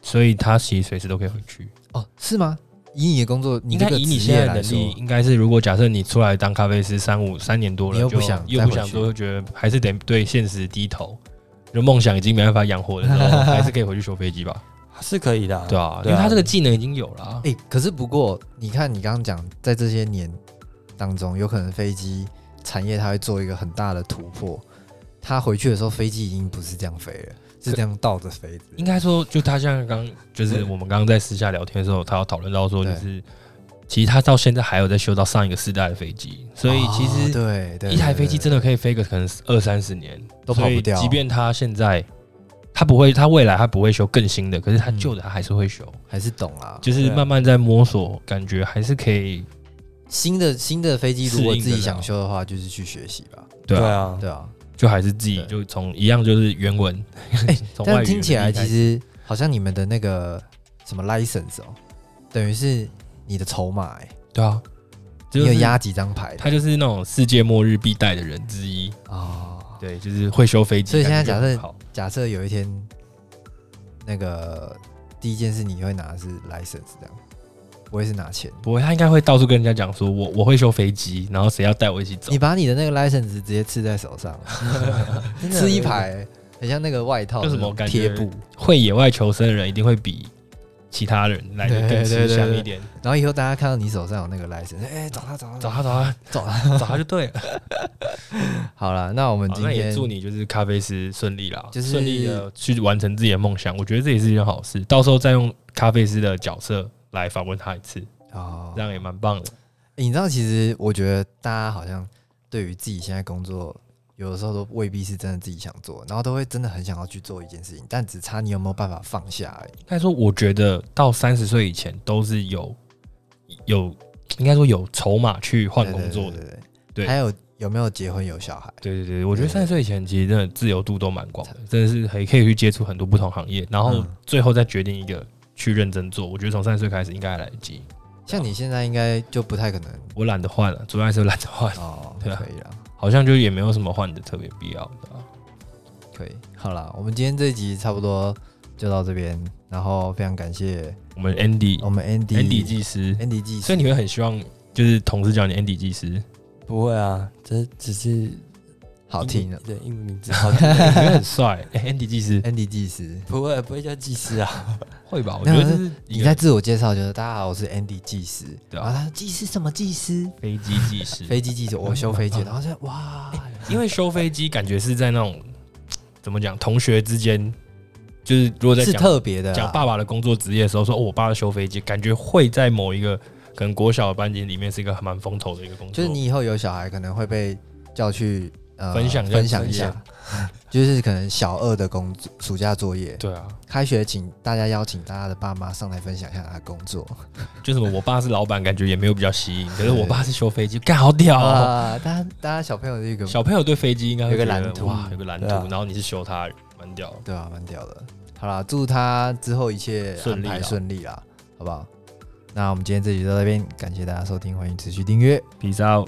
Speaker 2: 所以他其实随时都可以回去。
Speaker 1: 哦，是吗？以你的工作，你
Speaker 2: 应
Speaker 1: 这
Speaker 2: 该
Speaker 1: 个
Speaker 2: 以你
Speaker 1: 职
Speaker 2: 现
Speaker 1: 业
Speaker 2: 在
Speaker 1: 来
Speaker 2: 的能
Speaker 1: 说
Speaker 2: 力，应该是如果假设你出来当咖啡师三五三年多了，
Speaker 1: 你又不
Speaker 2: 就
Speaker 1: 想
Speaker 2: 又
Speaker 1: 再
Speaker 2: 不
Speaker 1: 回
Speaker 2: 想
Speaker 1: 去
Speaker 2: 做，就觉得还是得对现实低头。就梦想已经没办法养活的 时候，还是可以回去修飞机吧？
Speaker 3: 是可以的、啊，
Speaker 2: 对啊，因
Speaker 3: 对啊
Speaker 2: 为他这个技能已经有了啊。
Speaker 1: 哎、可是不过你看你刚刚讲，在这些年当中，有可能飞机产业它会做一个很大的突破，他回去的时候飞机已经不是这样飞了，是这样倒着飞的，
Speaker 2: 应该说，就他像刚就是我们刚刚在私下聊天的时候，他有讨论到说，就
Speaker 1: 对
Speaker 2: 是其实他到现在还有在修到上一个世代的飞机，所以其
Speaker 1: 哦
Speaker 2: 实
Speaker 1: 对对，
Speaker 2: 一台飞机
Speaker 1: 对
Speaker 2: 真的可以飞个可能二三十年，
Speaker 1: 都跑不掉啊
Speaker 2: 所以即便他现在他不会，他未来他不会修更新的，可是他
Speaker 1: 嗯
Speaker 2: 旧的他还是会修，啊
Speaker 1: 还是懂啦。就
Speaker 2: 就是
Speaker 3: 对啊
Speaker 2: 慢慢在摸索，感觉还是可以，
Speaker 1: 新的新的飞机，如果
Speaker 2: 适
Speaker 1: 自
Speaker 2: 应得
Speaker 1: 己想修的话，就是去学习吧。
Speaker 2: 对啊，
Speaker 3: 啊，
Speaker 1: 对啊，
Speaker 2: 就还是自己
Speaker 1: 对
Speaker 2: 就从一样就是原文，
Speaker 1: 哎
Speaker 2: 从外
Speaker 1: 但
Speaker 2: 语
Speaker 1: 听起来
Speaker 2: 的
Speaker 1: 其
Speaker 2: 离开
Speaker 1: 实好像你们的那个什么 license 哦，等于是你的筹码哎，
Speaker 2: 对啊，
Speaker 1: 你
Speaker 2: 就
Speaker 1: 有
Speaker 2: 是
Speaker 1: 压几张牌的
Speaker 2: 他就是那种世界末日必带的人之一。
Speaker 1: 哦。
Speaker 2: 对，就是会修飞机。
Speaker 1: 所以现在假
Speaker 2: 感觉
Speaker 1: 设
Speaker 2: 很好
Speaker 1: 假设有一天，那个第一件事你会拿的是 license 这样，不会是拿钱。
Speaker 2: 不会，他应该会到处跟人家讲说，我我会修飞机，然后谁要带我一起走
Speaker 1: 你，把你的那个 license 直接刺在手 上，
Speaker 3: 真的
Speaker 1: 刺啊一排欸，很像那个外套，
Speaker 2: 就什么感
Speaker 1: 贴
Speaker 2: 觉
Speaker 1: 布，
Speaker 2: 会野外求生的人一定会比其他人来的更吃香一点。
Speaker 1: 然后以后大家看到你手上有那个 license，哎、找他找他
Speaker 2: 找他找他
Speaker 1: 走啊！
Speaker 2: 找他就对了。
Speaker 1: 好了，那我们
Speaker 2: 好
Speaker 1: 今
Speaker 2: 哦那也
Speaker 1: 天
Speaker 2: 祝你就是咖啡师顺利啦，
Speaker 1: 就是
Speaker 2: 顺利的去完成自己的梦想。我觉得这也是一件好事，到时候再用咖啡师的角色来访问他一次，
Speaker 1: 哦
Speaker 2: 这样也蛮棒的。
Speaker 1: 欸你知道，其实我觉得大家好像对于自己现在工作，有的时候都未必是真的自己想做，然后都会真的很想要去做一件事情，但只差你有没有办法放下而已。
Speaker 2: 应该说，我觉得到三十岁以前都是有有，应该说有筹码去换工作的。
Speaker 1: 对对对
Speaker 2: 对
Speaker 1: 还有有没有结婚有小孩？
Speaker 2: 对对对，我觉得
Speaker 1: 对
Speaker 2: 三十岁以前其实真的自由度都蛮广的，真的是还可以去接触很多不同行业，然后
Speaker 1: 嗯
Speaker 2: 最后再决定一个去认真做。我觉得从三十岁开始应该还来得及，
Speaker 1: 像你现在应该就不太可 能
Speaker 2: 我懒得换了，主要还是懒得换，
Speaker 1: 哦，
Speaker 2: 对啊
Speaker 1: 可以了，
Speaker 2: 好像就也没有什么换的特别必要的、
Speaker 1: 可以。好了，我们今天这一集差不多就到这边，然后非常感谢
Speaker 2: 我们 Andy
Speaker 1: 我们哦 Andy
Speaker 2: Andy 技师，
Speaker 1: Andy 技师，
Speaker 2: 所以 你会很希望就是同事叫你 Andy 技师，
Speaker 3: 不会啊，这只是
Speaker 1: 好听的
Speaker 3: 对，英文名字好听。
Speaker 2: 你觉得很帅、 哎 Andy 技师
Speaker 1: Andy 技师。
Speaker 3: 不会，不会叫技师啊。
Speaker 2: 会吧？我
Speaker 1: 没
Speaker 2: 觉
Speaker 1: 有
Speaker 2: 得这是一
Speaker 1: 你
Speaker 2: 个
Speaker 1: 在自我介绍就是大家好，我是 Andy 技师，
Speaker 2: 对
Speaker 1: 然
Speaker 2: 啊
Speaker 1: 后他说技师什么技师？
Speaker 2: 飞机技师，
Speaker 1: 飞机技
Speaker 2: 嗯
Speaker 1: 师，我修飞机，然后就哇，
Speaker 2: 因为修飞机感觉是在那种怎么讲，同学之间，就是如果在
Speaker 1: 是
Speaker 2: 讲
Speaker 1: 特别的啦，啊
Speaker 2: 讲爸爸的工作职业的时候，说哦，我爸修飞机，感觉会在某一个可能国小的班级里面是一个还蛮风头的一个工作。
Speaker 1: 就是你以后有小孩，可能会被叫去呃
Speaker 2: 分享一下
Speaker 1: 分享一
Speaker 2: 职
Speaker 1: 下， 就是可能小二的工作暑假作业，
Speaker 2: 对啊，
Speaker 1: 开学请大家邀请大家的爸妈上来分享一下他的工作
Speaker 2: 就什么我爸是老板，感觉也没有比较吸引，可是我爸是修飞机，干好屌、哦。
Speaker 1: 啊， 大家大家小朋友的一个
Speaker 2: 小朋友对飞机应该会
Speaker 1: 有个
Speaker 2: 觉得
Speaker 1: 蓝图
Speaker 2: 哇，有个蓝图，
Speaker 3: 对啊
Speaker 2: 然后你是修它，蛮屌。
Speaker 1: 对啊，蛮屌的。好啦，祝他之后一切
Speaker 2: 顺利啊
Speaker 1: 安排
Speaker 2: 啦
Speaker 1: 顺利啦，好不好？那我们今天这集就到这边，感谢大家收听，欢迎持续订阅。
Speaker 2: 比较